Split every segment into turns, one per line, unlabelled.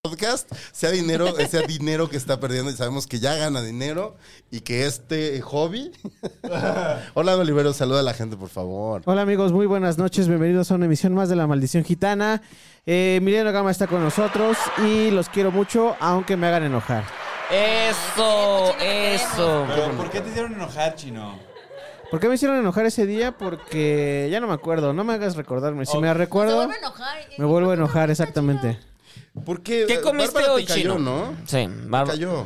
podcast sea dinero, eh, sea dinero que está perdiendo y sabemos que ya gana dinero y que este hobby. Hola, Olivero, saluda a la gente, por favor.
Hola amigos, muy buenas noches, bienvenidos a una emisión más de La Maldición Gitana. Eh, Emiliano Gama está con nosotros y los quiero mucho, aunque me hagan enojar.
Eso, eso.
Pero, ¿Por qué te hicieron enojar, chino?
¿Por qué me hicieron enojar ese día? Porque ya no me acuerdo, no me hagas recordarme. Si
Ok.
me
Se
recuerdo,
vuelve a enojar.
me vuelvo a enojar, exactamente.
Porque
¿Qué comiste
Bárbara
hoy,
te cayó,
Chino? Ah,
¿no?
Sí,
Te
barba-
Cayó.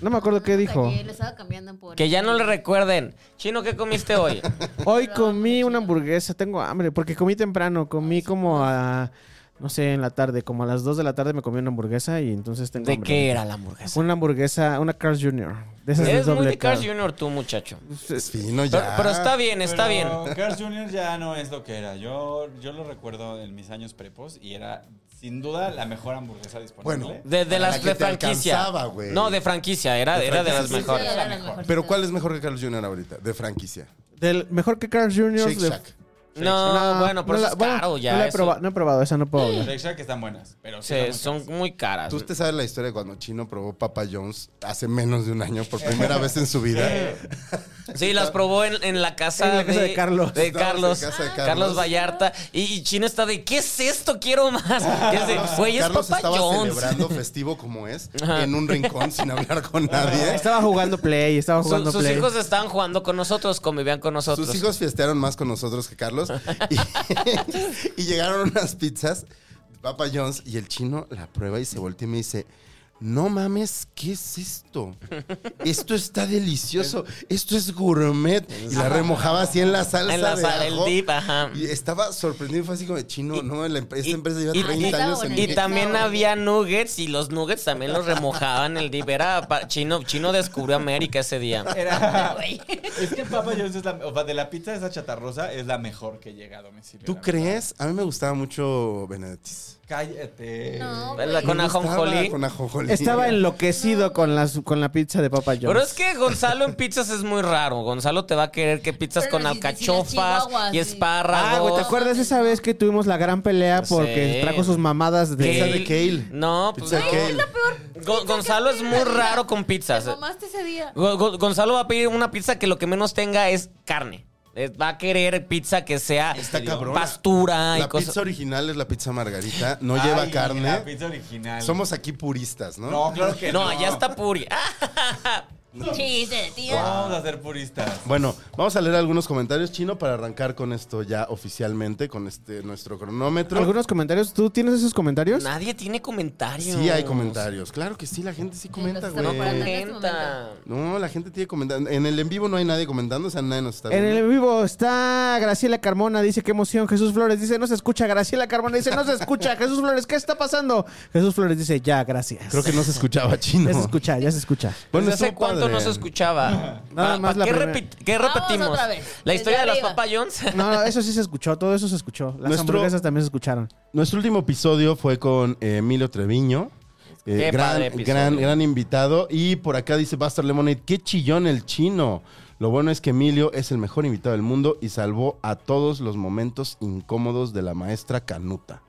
No me acuerdo qué dijo.
Que lo estaba cambiando por.
Que ya no le recuerden. Chino, ¿qué comiste hoy?
Hoy comí una hamburguesa, tengo hambre, porque comí temprano, comí como a, no sé, en la tarde, como a las 2 de la tarde me comí una hamburguesa y entonces tengo
¿De
hambre.
qué era la hamburguesa?
Una hamburguesa, una Carl Jr. De esas de
Eres muy
doble
de Cars
cara.
Junior tú, muchacho.
Es fino
pues, Pero,
Pues ya.
pero está bien, está bien.
Pero Carl Jr. ya no es lo que era. Yo, yo lo recuerdo en mis años prepos y era, sin duda, la mejor hamburguesa disponible.
Bueno.
De, de
Para
las
la que
de
te
franquicia.
alcanzaba, güey.
No, de franquicia, era de, era de las
franquicia, sí,
mejores.
Era la mejor.
Pero ¿cuál es mejor que Carlos Jr. ahorita? De franquicia.
Del mejor que Carl Jr.
Shake
de-
Shack.
No, bueno, pero
Ah, no
eso
la-
es
bueno,
caro ya.
No, la he
eso-
proba- no he probado esa, no puedo hablar.
Shake Shack están buenas, pero sí
se-
están muy
son muy caras.
¿Tú te sabes la historia de cuando Chino probó Papa John's hace menos de un año por primera vez en su vida?
Sí, las probó en, en la casa,
En la casa de Carlos.
de
Estábamos
Carlos,
en casa de
Carlos.
Carlos.
Vallarta. Y, y Chino está de, ¿qué es esto? Quiero más. Y es de, Güey, es
Carlos
Papa
estaba
John's.
celebrando festivo como es,
Ajá.
en un rincón sin hablar con nadie.
Estaba jugando Play, estaba
Su-
jugando
sus
Play.
hijos estaban jugando con nosotros, convivían con nosotros.
Sus hijos fiestearon más con nosotros que Carlos. Y, y llegaron unas pizzas, Papa John's, y el chino la prueba y se voltea y me dice. No mames, ¿qué es esto? Esto está delicioso. Esto es gourmet. Y la remojaba así en la salsa.
En la
de
sal- el
ajo.
dip, ajá.
Y estaba sorprendido. y Fue así como de chino. no, la empresa, esta
y-
empresa lleva
y-
30
y-
años en
Y
México".
también había nuggets y los nuggets también los remojaban el dip. Era pa- chino, chino descubrió América ese día.
Era-
Güey.
Es que Papa John's es la. O sea, de la pizza esa chatarrosa es la mejor que he llegado, me sirve.
¿Tú
la
crees? A mí me gustaba mucho Benedettis.
verdad. Cállate.
No,
La-
güey.
Con
Me gustaba
ajonjolí.
Con ajonjolí.
Estaba enloquecido con, las, con la pizza de Papa John's.
Pero es que Gonzalo en pizzas es muy raro. Gonzalo te va a querer que pizzas
Pero
con
no, si- si las
alcachofas
chihuahuas,
y
sí.
espárragos.
Ah, güey, ¿te acuerdas esa vez que tuvimos la gran pelea
Yo
porque
sé.
trajo sus mamadas de...
Pizza de kale.
No, pues
Pizza
no.
de kale.
Go- Gonzalo es muy raro con pizzas.
Te mamaste ese día.
Go- Go- Gonzalo va a pedir una pizza que lo que menos tenga es carne. Eh, Va a querer pizza que sea
Está cabrón.
pastura y
La
cosas.
pizza original es la pizza margarita, no
Ay,
lleva
La
carne.
pizza original.
Somos aquí puristas, ¿no?
No, claro que no.
No, allá está Puri. Ah,
Chiste de tía.
Vamos a ser puristas.
Bueno, vamos a leer algunos comentarios chino para arrancar con esto ya oficialmente, con este nuestro cronómetro.
Algunos comentarios. ¿Tú tienes esos comentarios?
nadie tiene comentarios.
Sí hay comentarios, claro que sí, la gente sí comenta,
los estamos
güey.
parando. en este
Comenta.
No, la gente tiene comentando. En el en vivo no hay nadie comentando, o sea, nadie nos está
En
viendo.
el en vivo está Graciela Carmona, dice qué emoción. Jesús Flores dice, no se escucha. Graciela Carmona dice, no se escucha. Jesús Flores, ¿qué está pasando? Jesús Flores dice, ya, Ah, gracias.
Creo que no se escuchaba chino.
Ya se escucha, ya se escucha.
Bueno,
¿Desde hace
estuvo
cuánto
padre.
no se escuchaba?
Nada
Pa-
más
pa-
la
¿qué,
primera.
repi- qué
Vamos
repetimos?
otra vez.
¿La
Desde
historia de las
arriba.
Papa John's?
No, no, eso sí se escuchó, todo eso se escuchó. Las
Nuestro-
hamburguesas también se escucharon.
Nuestro último episodio fue con eh, Emilio Treviño. Eh,
Qué
gran,
padre episodio.
gran, gran invitado. Y por acá dice Buster Lemonade, qué chillón el chino. Lo bueno es que Emilio es el mejor invitado del mundo y salvó a todos los momentos incómodos de la maestra Canuta.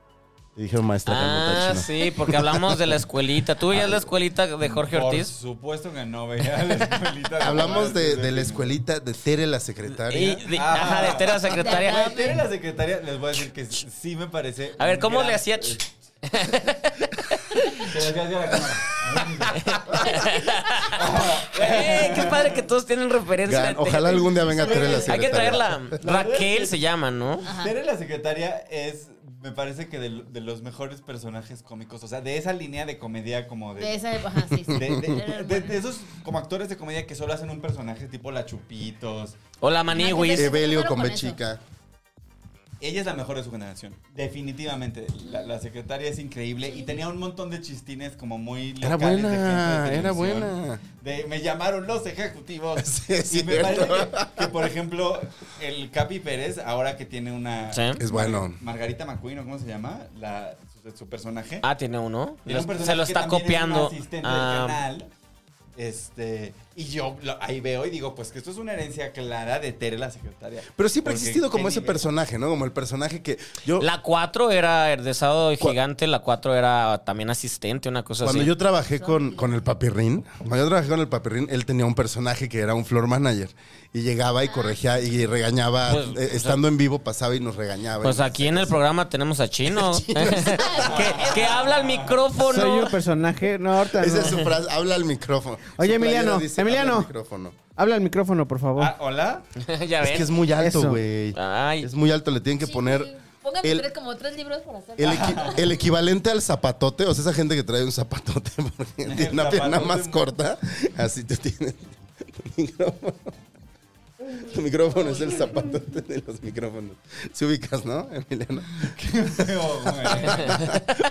Le dijeron maestra Canuta
Ah,
al chino.
sí, porque hablamos de la escuelita. ¿Tú veías la escuelita de Jorge
Por
Ortiz?
supuesto que no veía la escuelita. de-
Hablamos de, de la escuelita de Tere, la
Y,
secretaria.
de,
Ah.
Ajá, de Tera Secretaria.
Güey, Tere, la secretaria, les voy a decir que sí me parece.
A ver,
un
¿cómo
gran-
le hacía?
Se las hacía a la cámara.
Ey, Eh, ¡Qué padre que todos tienen referencia!
Gran-
de Tere.
ojalá algún día venga Tere, la
Hay
secretaria.
que traerla. Raquel se llama, ¿no?
Tere la secretaria es, me parece que de, lo- de los mejores personajes cómicos, o sea, de esa línea de comedia como de...
De esa época, ajá, sí, sí.
de- de- de- de
Era
esos como actores de comedia que solo hacen un personaje tipo la chupitos.
Hola, Maniwis.
Evelio
Primero
con
con
B
eso.
chica.
Ella es la mejor de su generación, definitivamente. La, la secretaria es increíble y tenía un montón de chistines como muy...
Era
locales de
buena,
gente de
era
televisión.
buena.
De, me llamaron los ejecutivos.
Sí, es
y me parece
cierto.
que, que, por ejemplo, el Capi Pérez, ahora que tiene una...
Sí.
Es bueno.
Margarita McQueen, ¿o cómo se llama? La, su, su personaje.
Ah, tiene uno.
Tiene
Los-
un personaje
se lo
que
está
también es un
copiando.
asistente del
Ah,
canal. Este, y yo lo- ahí veo y digo, pues que esto es una herencia clara de Tere, la secretaria.
Pero siempre ha
Porque
existido como
qué
ese
nivel.
personaje, ¿no? Como el personaje que yo...
la 4 era el de Sábado
Cu-
Gigante. La 4 era también asistente, una cosa
Cuando
así.
yo trabajé con, con el papirrín, cuando yo trabajé con el papirrín, él tenía un personaje que era un floor manager. Y llegaba y corregía y regañaba.
Pues,
eh,
o sea-
estando en vivo pasaba y nos regañaba.
Pues
Y-
aquí en el programa tenemos a Chino. que, que habla al micrófono.
Soy un personaje. Oh, No, ahorita no.
Esa es su frase, habla al micrófono.
Oye,
Su playera
Emiliano,
"Habla al
Emiliano".
micrófono.
Habla al micrófono, por favor.
Ah, ¿Hola?
ya ven.
Es que es muy alto,
Eso.
güey.
Ay.
Es muy alto, le tienen que poner...
Pónganme
el-
tres, como tres libros para hacer.
El, equi- el equivalente al zapatote, o sea, esa gente que trae un zapatote porque tiene una pierna
zapatote.
más corta, así te tienen tu micrófono. Tu micrófono es el zapatote de los micrófonos. Si ubicas, ¿no, Emiliano?
Pero, bueno,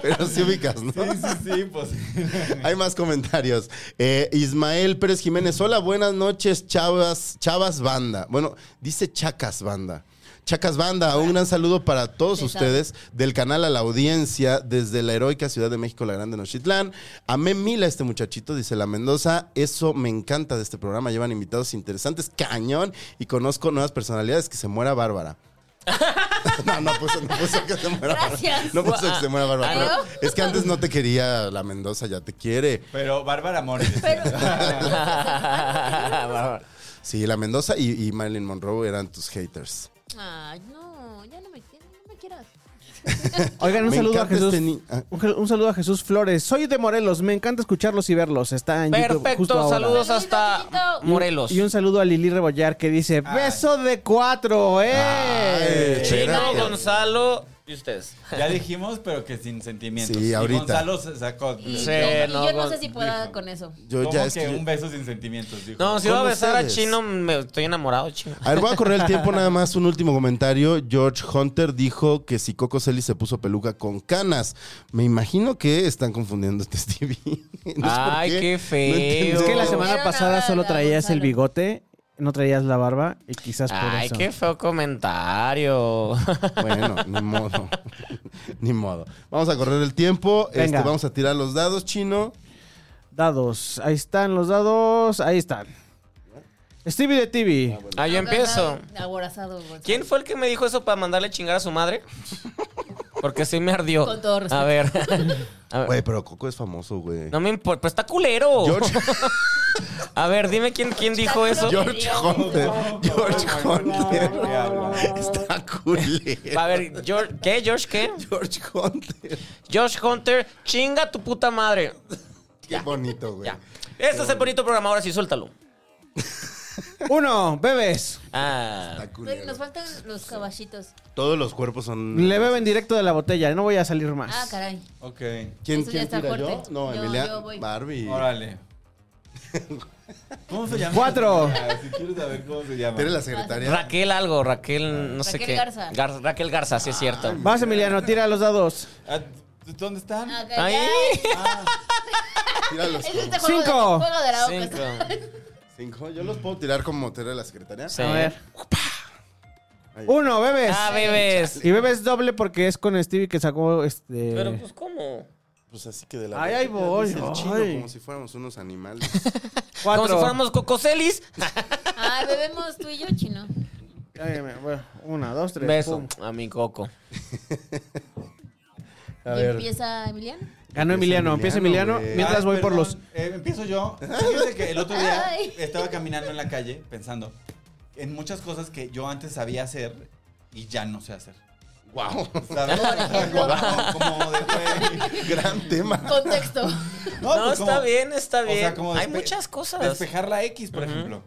Pero si ubicas, ¿no?
Oh, sí, sí, sí, pues.
Hay más comentarios. Eh, Ismael Pérez Jiménez, hola, buenas noches, Chavas, Chavas Banda. Bueno, dice Chacas Banda. Chacas Banda, un gran saludo para todos
Sí,
ustedes del canal a la audiencia desde la heroica Ciudad de México, la Grande Nochitlán. Amé mil a este muchachito, dice la Mendoza. Eso me encanta de este programa. Llevan invitados interesantes, cañón, y conozco nuevas personalidades. Que se muera Bárbara. No, no puso, no puso que se muera Bárbara.
Gracias.
No puso que se muera Bárbara.
¿Aló?
pero es que antes no te quería la Mendoza, ya te quiere.
Pero Bárbara Mori.
Pero.
Bárbara.
Sí, la Mendoza y, y Marilyn Monroe eran tus haters.
Ay, no, ya no me, ya no me quieras.
Oigan, un
Me
saludo a
encanta
Jesús.
este ni- ah.
Un, un saludo a Jesús Flores. Soy de Morelos. Me encanta escucharlos y verlos. Está en YouTube justo
Perfecto,
ahora.
saludos
Saludito,
hasta
chiquito.
Morelos.
Y un saludo a Lili Rebollar que dice: Beso de cuatro, ¡eh!
Ay,
Chino,
espérate.
Gonzalo y ustedes.
Ya dijimos, pero que sin sentimientos.
Sí,
Y
ahorita.
Gonzalo se sacó.
Y,
Sí,
y
no,
yo no
con-
sé si pueda
dijo.
con eso.
Yo
¿Cómo
ya
que
es que yo-
un beso sin sentimientos, dijo.
No, si voy a
Con
besar
ustedes.
a Chino, me estoy enamorado, de Chino.
A ver, voy a correr el tiempo nada más. Un último comentario. George Hunter dijo que si Coco Celis se puso peluca con canas. Me imagino que están confundiendo este Stevie. No sé por
Ay, qué feo.
entiendo.
Es que la
No.
semana
Era
pasada
nada,
solo
la
traías el
Gonzalo.
bigote, no traías la barba y quizás por
Ay,
eso.
qué feo comentario.
Bueno, ni modo. ni modo. Vamos a correr el tiempo. Este,
Venga.
vamos a tirar los dados, chino.
Dados, ahí están los dados, ahí están. Stevie de TV.
Ah, yo empiezo.
Aborazado, Gonzalo.
¿Quién fue el que me dijo eso para mandarle chingar a su madre? Porque sí me ardió.
Con todo respeto.
A ver. A ver.
Güey, pero Coco es famoso, güey.
No me importa, pero está culero.
George,
A ver, dime quién, quién dijo eso.
George Hunter. George Hunter. Está culero.
A ver, George, ¿qué? ¿George qué?
George Hunter.
George Hunter, chinga tu puta madre.
Qué bonito, güey.
Ya. Este es el bonito programa, ahora sí, suéltalo.
Uno, bebes.
Ah.
Está
Oye,
culero.
Nos faltan los caballitos.
Todos los cuerpos son.
Le beben directo de la botella, no voy a salir más.
Ah, caray.
Ok,
¿Quién,
Eso ya
quién
está
tira yo?
fuerte.
No,
Yo-
Emilia.
yo voy.
Barbie.
órale. ¿Cómo se llama?
Cuatro.
Si quieres saber cómo se llama.
¿Tú eres la secretaria?
Raquel algo, Raquel, no sé
Raquel
qué.
Garza.
Gar- Raquel Garza, sí es cierto.
Vas, Emiliano, tira los dados.
Ah, ¿Dónde están?
Ah, caray.
Ahí.
Tira los
Es este juego
Cinco.
de, juego de la pues. boca.
Cinco.
cinco. Yo los puedo tirar como tira la secretaria.
Sí.
A ver. Uno, bebes.
Ah, bebés.
Y bebes doble porque es con Stevie que sacó este.
Pero pues, ¿cómo?
Pues así que de la.
Ay, ahí
botella,
voy,
dice el chino,
ay.
como si fuéramos unos animales.
cuatro.
Como si fuéramos cocoselis.
Ay, Ah, bebemos tú y yo, chino.
Ay, me- bueno, Una, dos, tres.
Beso
pum.
a mi coco.
A
y
ver.
empieza Emiliano.
Ganó Emiliano, empieza Emiliano.
güey.
Mientras
Ay,
voy por
perdón,
los.
eh, empiezo yo. Fíjate que el otro día
Ay.
estaba caminando en la calle pensando en muchas cosas que yo antes sabía hacer y ya no sé hacer.
¡Wow!
¿Sabes?
ejemplo.
Como- como de, güey,
Gran tema.
Contexto.
No,
pues
está
como-
bien, está
o sea,
bien.
como
Hay
despe-
muchas cosas.
Despejar la X, por ejemplo.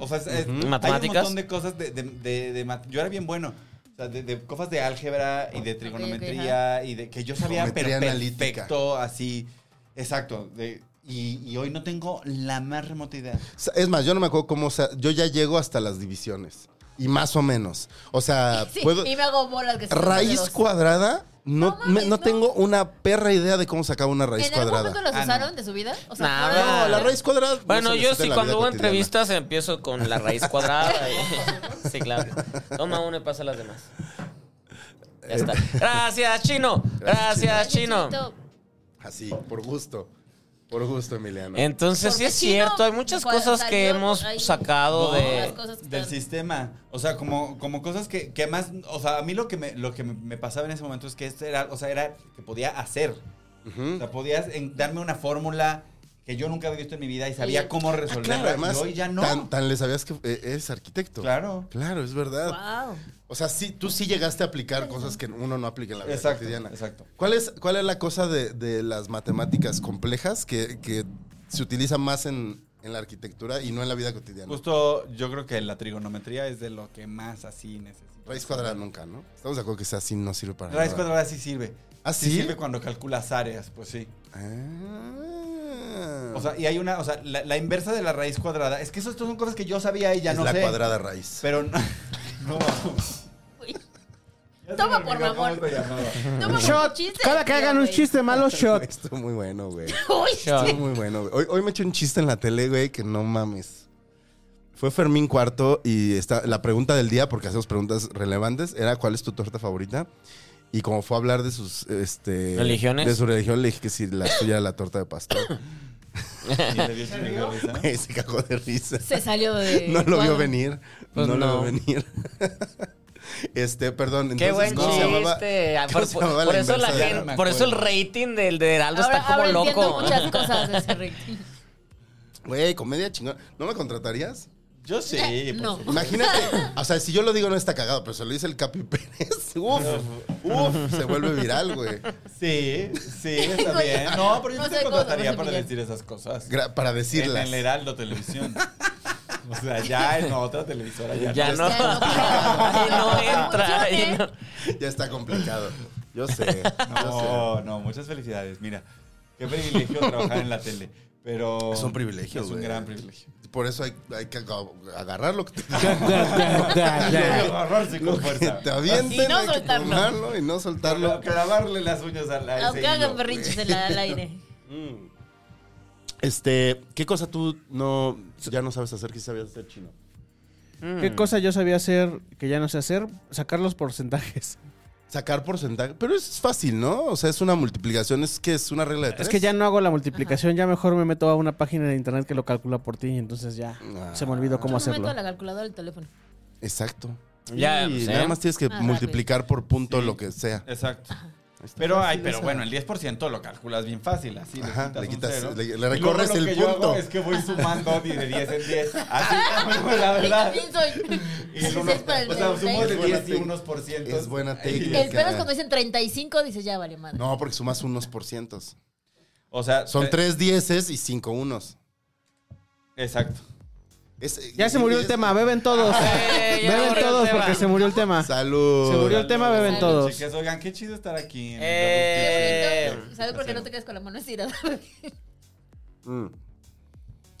O sea, es- es- hay un
Matemáticas.
montón de cosas de, de, de- de mat- Yo era bien bueno. O sea, de, de cosas de álgebra y de trigonometría y de que yo sabía pero
Geometría analítica.
perfecto, así. Exacto. de- y, y hoy no tengo la más remota idea.
Es más, yo no me acuerdo cómo. O sea, yo ya llego hasta las divisiones. Y más o menos. O sea,
Sí,
puedo.
y me hago bolas que se
Raíz
los-
cuadrada. No,
No mames,
me- no
no.
tengo una perra idea de cómo sacaba una raíz
¿En algún
cuadrada.
momento los
Ah, no.
usaron de su vida? O sea,
Nada.
fuera-
No, la raíz cuadrada. no
Bueno,
se
yo
necesita en
sí,
la
cuando
vida
hago
cotidiana.
entrevistas empiezo con la raíz cuadrada. y- sí, claro. Toma una y pasa las demás. Ya está. Gracias, chino. Gracias,
Gracias,
chino.
Chinito.
Así, por gusto. Por gusto, Emiliano.
Entonces, sí
Porque
es
Chino,
cierto. Hay muchas
cuando
cosas que
salió,
hemos
ahí-
sacado
No,
Las
de.
cosas que
del
están-
sistema. O sea, como, como cosas que, que más. O sea, a mí lo que me, lo que me- me pasaba en ese momento es que esto era, o sea, era que podía hacer. O sea, podías en- darme una fórmula que yo nunca había visto en mi vida y sabía cómo
Ah,
resolverla.
claro, además,
y hoy ya no.
tan, tan le sabías que eh, eres arquitecto.
Claro.
Claro, es verdad.
Wow.
O sea, sí, tú sí llegaste a aplicar cosas que uno no aplica en la vida
Exacto,
cotidiana.
exacto.
¿Cuál es, ¿Cuál es la cosa de, de las matemáticas complejas que, que se utiliza más en, en la arquitectura y no en la vida cotidiana?
Pues Justo yo creo que la trigonometría es de lo que más así necesito.
Raíz cuadrada nunca, ¿no? Estamos de acuerdo que esa sí no sirve para
Raíz
nada.
cuadrada sí sirve.
¿Ah,
Sí
sí?
sirve cuando calculas áreas, pues sí.
Ah.
O sea, y hay una, o sea, la, la inversa de la raíz cuadrada. Es que eso esto son cosas que yo sabía y ya
es
no
la
sé.
cuadrada raíz.
Pero no. no.
Uy,
Ya se
Toma,
me
por
olvidó
favor.
cómo se llamaba.
Toma
Shot.
un chiste,
Cada que
tío,
hagan un
güey.
chiste malo, shot.
Estuvo muy bueno, güey.
Uy,
Shot.
Estuvo muy bueno, güey. Hoy, hoy me eché un chiste en la tele, güey, que no mames. Fue Fermín Cuarto y está, la pregunta del día, porque hacemos preguntas relevantes, era ¿cuál es tu torta favorita? Y como fue a hablar de sus... Este,
¿Religiones?
De su religión, le dije que si la suya era la torta de pastor.
Y le dio chingo de risa.
Güey, Se cagó de risa.
se salió de.
No lo vio
cuadro.
venir.
Pues
no,
no.
lo vio venir. Este, perdón.
Qué
entonces,
buen
¿cómo se llamaba?
chiste. Ah,
¿Cómo
Por,
se llamaba
por eso la
inversora?
inversora? Ya no
gente,
me
por eso el
acuerdo.
rating del de Heraldo
ahora,
está como
ahora entiendo
loco.
muchas cosas de ese rating.
Güey, comedia chingona. ¿No me contratarías?
Yo sí. por
No.
supuesto.
Imagínate, o sea, si yo lo digo no está cagado, pero se lo dice el Capi Pérez. Uf, uf, se vuelve viral, güey.
Sí, sí, está
Güey,
bien. No, pero yo
no
no
sé
te
cómo,
contrataría
no sé
para
pillar.
decir esas cosas.
Gra- Para
En
decirlas.
el Heraldo Televisión. O sea, ya en otra televisora ya.
Ya
no.
no.
Ya no.
Ahí no entra. ahí no.
Ya está complicado. Yo sé. yo
No, no, muchas felicidades. Mira, qué privilegio trabajar en la tele. Pero.
Es un privilegio,
Es un
güey.
gran privilegio.
sé. Por eso hay, hay que aga- agarrar lo que te,
Agarrarse con
que
fuerza.
te avienten,
Y no
hay que
soltarlo.
tomarlo y no soltarlo.
Clavarle las uñas a la.
Aunque hagan berrinches en la- al aire.
Este, ¿qué cosa tú no ya no sabes hacer que sí sabías hacer chino?
Mm.
¿Qué cosa yo sabía hacer que ya no sé hacer? Sacar los porcentajes.
Sacar porcentaje, pero es fácil, ¿no? O sea, es una multiplicación, es que es una regla de tres.
Es que ya no hago la multiplicación, ya mejor me meto a una página de internet que lo calcula por ti y entonces ya
Ah.
se me olvidó cómo
Yo me meto
hacerlo.
a la calculadora del teléfono.
Exacto.
Ya,
Y
pues,
nada
¿eh?
más tienes que
Más
multiplicar por punto lo que sea.
Exacto. Pero hay, pero bueno, el 10% lo calculas bien fácil, así le
Ajá,
quitas
le
un
quitas-
cero.
le- le
Y luego
recorres
lo
el
que yo
punto. Ah,
hago es que voy sumando de 10 en 10. Así es la
Y
verdad.
también soy.
Y el
Así
uno-
es para el
o sea, sumo de
Es buena
10 y
técnica.
unos por ciento.
Es buena técnica.
El pedo es cuando dicen 35, dices ya vale madre.
No, porque sumas unos por cientos.
O sea,
Son
eh,
tres dieces y cinco unos.
Exacto.
Es- eh,
Ya se murió el
es-
tema, beben todos.
Eh, ya
Beben
murió el
todos
tema.
porque se murió el tema.
Salud.
Se murió el tema, beben
Salud.
todos.
Chicas, oigan, qué chido estar aquí. en el
Eh.
Double Team.
¿Sabes por qué no te quedas con la mano estirada?
Mm.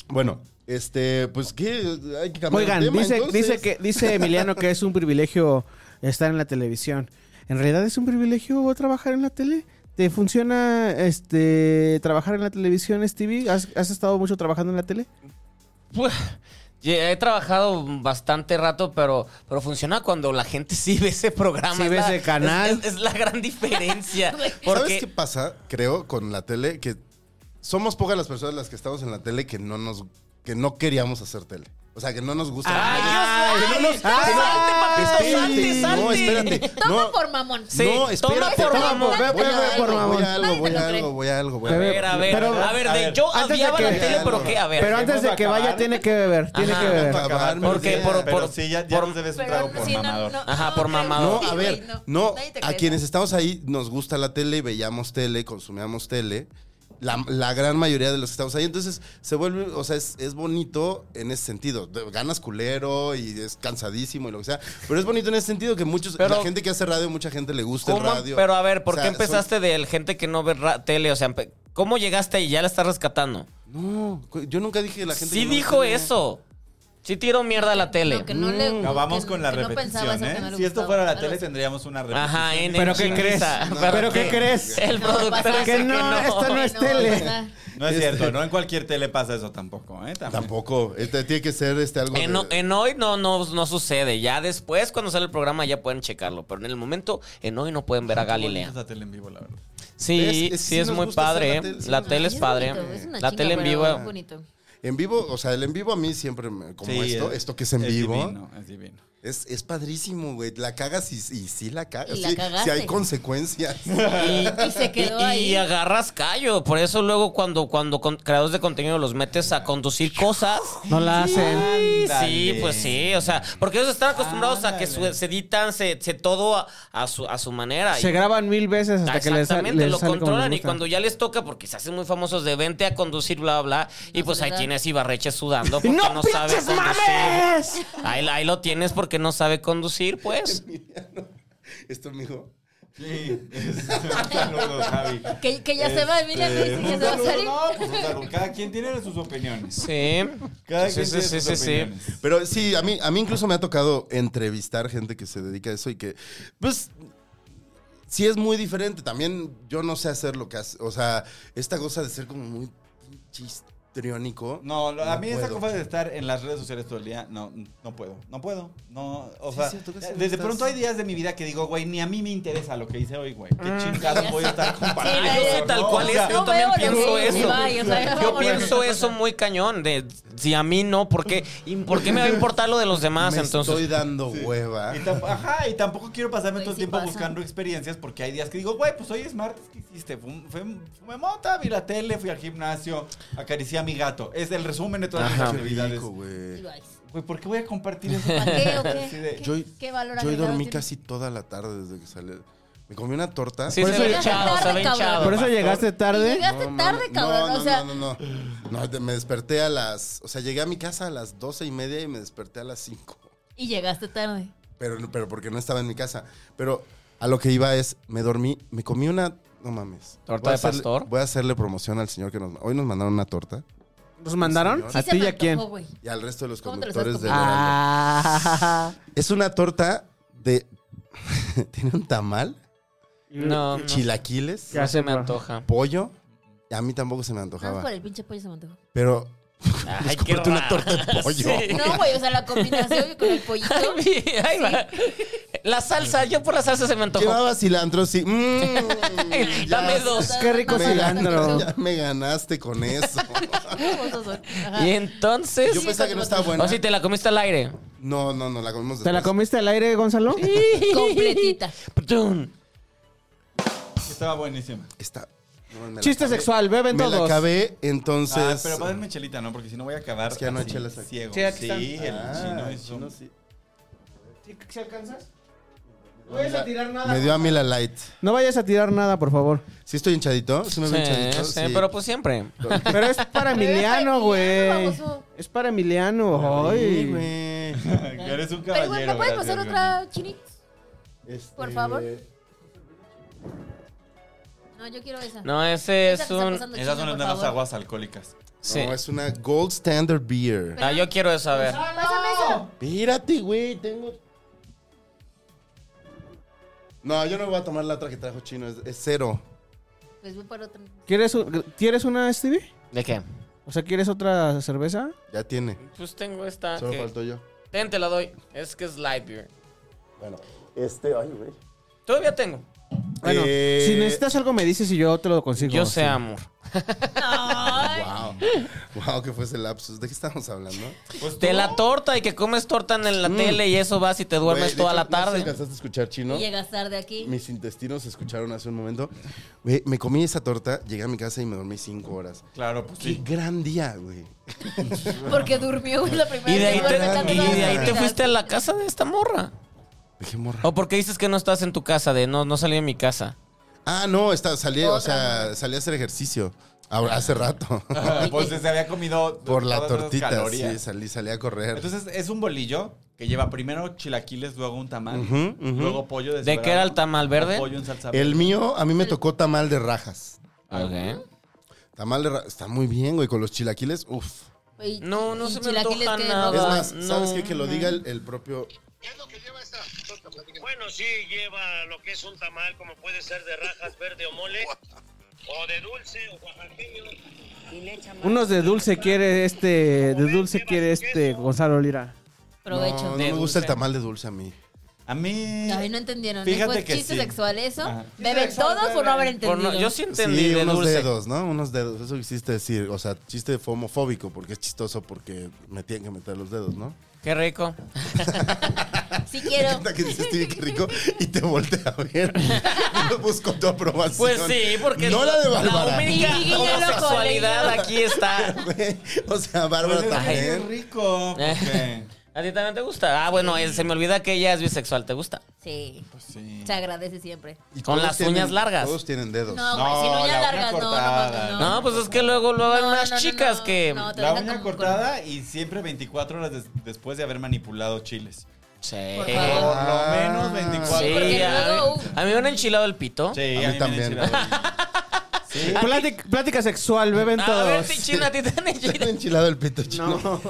Bueno, este, pues qué, hay que cambiar
Oigan,
el tema,
dice,
entonces.
dice que dice Emiliano que es un privilegio estar en la televisión. ¿En realidad es un privilegio trabajar en la tele? ¿Te funciona este trabajar en la televisión, Stevie? ¿Has, has estado mucho trabajando en la tele?
Pues, ya he trabajado bastante rato, pero, pero funciona cuando la gente sí ve ese programa.
Sí
es
ve
la-
ese canal.
Es, es- es la gran diferencia.
¿Sabes qué
Porque
pasa, creo, con la tele? Que somos pocas las personas las que estamos en la tele que no nos, que no queríamos hacer tele. O sea, que no nos gusta.
Ah,
Ay, Dios,
Que no nos-
ay,
que no-
salte, papito,
Espérate,
salte,
No,
salte.
espérate.
Toma
no,
por mamón.
Sí,
no,
toma
espérate.
por
toma
mamón.
Voy a
Toma por
algo, voy a
mamón.
algo, voy a algo, voy a algo, voy a
A
algo.
ver, a ver,
Pero-
a ver,
a
de-
ver,
yo
antes de
odiaba la
que-
tele, pero ¿qué? A ver.
Pero antes de
a
que
acabar.
vaya tiene que beber, tiene
Ajá.
que beber.
Para acabar,
Pero
Porque
sí,
por-
pero
por-
sí, ya, ya
por-
nos debes un
Pero
trago por
sí, no,
mamador.
no,
Ajá, por
creo-
mamador.
No,
sí,
a
güey,
ver, no,
nadie te
a
cree.
quienes estamos ahí nos gusta la tele, veíamos tele, consumíamos tele. La, la gran mayoría de los que estamos ahí. Entonces, se vuelve, o sea, es, es bonito en ese sentido. De- Ganas culero y es cansadísimo y lo que sea. Pero es bonito en ese sentido que muchos,
Pero-
la gente que hace radio, mucha gente le gusta pues, el
¿Cómo?
radio.
Pero a ver, ¿por
O sea,
qué empezaste de gente que no ve ra- tele? O sea, empe- ¿cómo llegaste y ya la estás rescatando?
son- no, yo nunca dije que la gente.
Sí
que no
dijo
tiene-
eso. Sí tiró mierda a la tele.
No, que no le-
No, vamos
que-
con la
que no pensaba
repetición,
eso, que
¿eh?
no le
si esto
gustaba.
fuera la
Algo
tele,
así.
tendríamos una repetición.
Ajá, en
¿Pero
en
qué crees?
chinguiza.
No,
¿Pero qué crees?
El productor
pasa.
dice
Que no, esto no es tele.
pasa.
No es cierto, no en cualquier tele pasa eso tampoco, ¿eh? También.
Este, Tampoco. Este, tiene que ser este algo.
En,
de-
en hoy Eh, no, no, no sucede. Ya después, cuando sale el programa, ya pueden checarlo. Pero en el momento, en hoy no pueden ver a
Qué bonita
Galilea.
es la tele en vivo, la verdad.
Sí,
Es- es-
sí
sí
es
nos
muy
gusta hacer
padre. ¿eh?
la tele,
La tele,
sí nos
es
Es
padre.
bonito, es una
la
chinga,
tele en
pero
vivo.
es bonito.
En vivo, o sea, el en vivo a mí siempre, me- como
Sí,
esto,
es-
esto que es en
es
vivo.
Divino, es divino.
Es, es padrísimo, güey. La cagas y, y sí la cagas.
Y la
sí,
cagaste.
sí hay consecuencias.
Y,
Y se quedó
y- y
ahí.
agarras callo. Por eso luego cuando, cuando con- creadores de contenido los metes a conducir cosas.
No la hacen.
Sí,
Ándale.
pues sí, o sea, porque ellos están acostumbrados a que
Ándale.
su- se editan, se, se todo a, a su, a su manera.
Se
Y-
graban mil veces hasta que les, sa-
Exactamente,
les
lo
sale como les
controlan y
gusta.
cuando ya les toca, porque se hacen muy famosos de vente a conducir, bla, bla, bla, y pues
se
ahí
da.
tienes Ibarreche sudando porque no, sabe
pinches
conducir.
mames!
Ahí, ahí lo tienes porque no sabe conducir, pues.
Esto, mijo.
Sí. es- un saludo, Javi. Este,
Que, que ya se va, Emilia, que dice
un
que se va a
saludo,
salir.
No, pues un saludo. Cada quien tiene sus opiniones.
Sí.
Cada
Sí,
quien
sí,
tiene
sí,
sus
sí, sí.
opiniones.
Pero sí, a mí, a mí incluso me ha tocado entrevistar gente que se dedica a eso y que, pues, sí es muy diferente. También yo no sé hacer lo que hace. O sea, esta cosa de ser como muy chistriónico.
No, lo- a mí esa
puedo.
cosa de estar en las redes sociales todo el día, no, no puedo, no puedo, no, o
Sí,
sea,
es cierto, casi no
desde
estás-
pronto hay días de mi vida que digo, güey, ni a mí me interesa lo que hice hoy, güey,
Mm.
qué chingado voy a estar comparando.
yo soy tal
¿no?
cual
O sea,
es, yo
no
también
veo lo
pienso
que
eso.
dice, vaya, o sea,
yo
vámonos.
pienso eso muy cañón, de Si a mí no, ¿por qué? ¿Y por qué me va a importar lo de los demás
Me
entonces?
estoy dando hueva.
Y tamp- Ajá, y tampoco quiero pasarme
Güey,
todo
Pues
el
sí
tiempo
pasa.
buscando experiencias porque hay días que digo, güey, pues hoy es martes, ¿qué hiciste? Fum- fum- Fumé mota, vi la tele, fui al gimnasio, acaricié a mi gato. Es el resumen de todas mis
Ajá.
actividades.
Rico, güey.
lo haces.
Güey, ¿por qué voy a compartir eso?
¿Para qué o qué?
Así de-
¿Qué,
Yo,
qué valor
yo hoy
agregado
dormí
tiene?
casi toda la tarde desde que salí. Me comí una torta.
Sí,
Por
se
eso-
ve hinchado, se ve
Cabrón.
hinchado.
Por eso llegaste
Y
tarde.
llegaste
No,
tarde,
mami,
cabrón.
No, no,
o sea,
no, no, no. No, te- me desperté a las. O sea, llegué a mi casa a las doce y media y me desperté a las cinco.
y llegaste tarde.
Pero, pero porque no estaba en mi casa. Pero a lo que iba es, me dormí, me comí una. No mames.
¿Torta
Voy a
de
hacerle-
pastor?
Voy a hacerle promoción al señor que nos. Hoy nos mandaron una torta.
¿Nos mandaron?
Sí,
¿A
se
ti
me
y a quién?
antojó, güey.
Y al resto de los
¿Cómo te los
conductores
has
de
comido?
verano.
Ah.
Ah.
Es una torta de. Tiene un tamal,
No, no,
chilaquiles,
no se me antoja.
pollo. A mí tampoco se me
Nada más Ah, por
antojaba.
el pinche pollo se me antojó.
Pero
Ay, qué
comprarte una
raro.
torta de pollo.
Sí.
No, güey, o sea, la combinación con el pollito.
Ay, mi- ay, va. La salsa, yo por la salsa se me antojó.
llevaba cilantro, sí. Mm,
Ay,
ya
Dame dos.
Qué rico
me gan-
cilantro.
ya me ganaste con eso.
Hermosos son. Ajá.
Y entonces.
Yo pensaba que no estaba buena.
O si te la comiste al aire.
No, no, no, la comimos después.
¿Te la comiste al aire, Gonzalo?
Completita.
Perdón.
Estaba Ah, buenísima.
Está. no, me la
Chiste
acabé.
sexual, beben
Me la
todos.
acabé, entonces.
Ah, pero pásenme chelita, ¿no? Porque si no voy a acabar
Es que ya no hay
así,
chelas aquí.
ciego.
Sí,
Sí,
aquí están.
el
Ah,
chino
el
es
chino
un-
sí.
¿Si alcanzas? No vayas a tirar
Me dio a mí la light.
No vayas a tirar nada, por favor.
¿Sí estoy hinchadito? ¿Sí me veo hinchadito?
Sí, sí, pero pues siempre.
Pero es para Emiliano, güey.
baboso.
Es para Emiliano.
Ay,
Ay,
güey.
Que eres un
Pero,
caballero.
güey, ¿me puedes
gracias,
pasar
Gaby.
otra chinix?
Este,
Por favor. No, yo quiero esa.
No, ese
Esa
es
que está
un.
pasando
Esas
china,
son las
por
nuevas
favor.
aguas alcohólicas.
Sí.
No, es una Gold Standard Beer.
Ah, yo quiero eso, a ver.
Pásame eso.
Espérate, güey, tengo. No, yo no voy a tomar la otra que trajo chino, es, es cero.
Pues voy para otra.
¿Quieres, un- ¿Quieres una, Stevie?
¿De qué?
O sea, ¿quieres otra cerveza?
Ya tiene.
Pues tengo esta.
Solo
que-
faltó yo.
Ten, te la doy. Es que es light beer.
Bueno, este, ay, güey.
Todavía tengo.
Bueno,
Eh,
si
este-
necesitas algo me dices y yo te lo consigo.
Yo sé,
Sí.
amor.
Wow. Wow, que fue ese lapsus. ¿De qué estábamos hablando?
Pues
De
tú-
la torta y que comes torta en la tele y eso vas y te duermes
Güey, de
toda
hecho,
la
No sé si
tarde.
alcanzaste a escuchar chino.
Y llegas tarde aquí.
Mis intestinos se escucharon hace un momento. Güey, me comí esa torta, llegué a mi casa y me dormí cinco horas.
Claro, pues
Qué
sí.
gran día, güey.
Porque durmió la primera
Y de ahí
vez.
te,
vuelve tanto
y de ahí
las
te
vidas.
fuiste a la casa de esta morra.
Dije, morra.
¿O porque dices que no estás en tu casa? De no, no salí de mi casa.
Ah, no, está, salí, o sea, salí a hacer ejercicio. Ahora, hace rato.
Ah. Pues se había comido
Por la
todas esas
tortita,
calorías.
sí, salí, salí a correr.
Entonces es un bolillo que lleva primero chilaquiles, luego un tamal,
Ujú, ujú.
luego pollo
¿De qué era el tamal verde?
Pollo en salsa
el mío, a mí me tocó tamal de rajas.
Ok.
Tamal de rajas. Está muy bien, güey, con los chilaquiles. Uf.
Güey,
No, no
y
se me
chilaquiles
antoja
que
nada.
Es
roban.
más,
no.
¿sabes qué? Que lo diga el, el propio...
Bueno, sí, lleva lo que es un tamal, como puede ser de rajas, verde o mole, o de dulce o oaxaqueño. Y le echa más.
Unos de dulce quiere este, de dulce quiere este Gonzalo Lira.
No, no
Provecho.
me gusta el
dulce.
tamal de dulce a mí.
A mí...
Ay, no entendieron.
Fíjate
Fíjate
que
chiste
sí.
sexual eso.
Ajá.
¿Beben
Sexual,
todos por no haber
Por no-
entendido?
yo sí entendí
sí,
de
unos
dulce.
dedos, ¿no? Unos dedos. Eso quisiste decir. O sea, chiste homofóbico, porque es chistoso porque me tienen que meter los dedos, ¿no?
Qué rico.
Sí
Me
quiero.
encanta que dices, "Stevie, qué rico, y te voltea a ver. Yo busco tu aprobación.
Pues sí, porque
No la de
la
Bárbara.
única
Sí, yo lo
homosexualidad aquí está.
Güey, o sea,
Pues
Bárbara
es que
también.
es rico. porque-
¿A ti también te gusta? Ah, bueno, eh, se me olvida que ella es bisexual. ¿Te gusta?
Sí.
Pues sí.
Se agradece siempre.
Y
Con
todos
las
tienen-
uñas largas.
Todos tienen dedos.
No, güey, si no
No,
ya
la uña
largas, no, no,
cortada.
no, no.
No, pues es que luego luego hay
No,
unas
no, no,
chicas
no,
que.
no, te
La
dejan
uña
como con-
cortada y siempre 24 horas des- después de haber manipulado chiles.
Sí.
Por
Por
favor.
lo
Ah.
menos
Eh.
24
Sí,
Porque
a,
luego- uh.
mí, a mí me han enchilado el pito.
Sí,
A mí
a mí
también.
también. Sí.
Plática, plática sexual, beben
Ah, A ver,
todos.
sí, chino, a ti te han
Te
enchilado.
han enchilado el pito chino.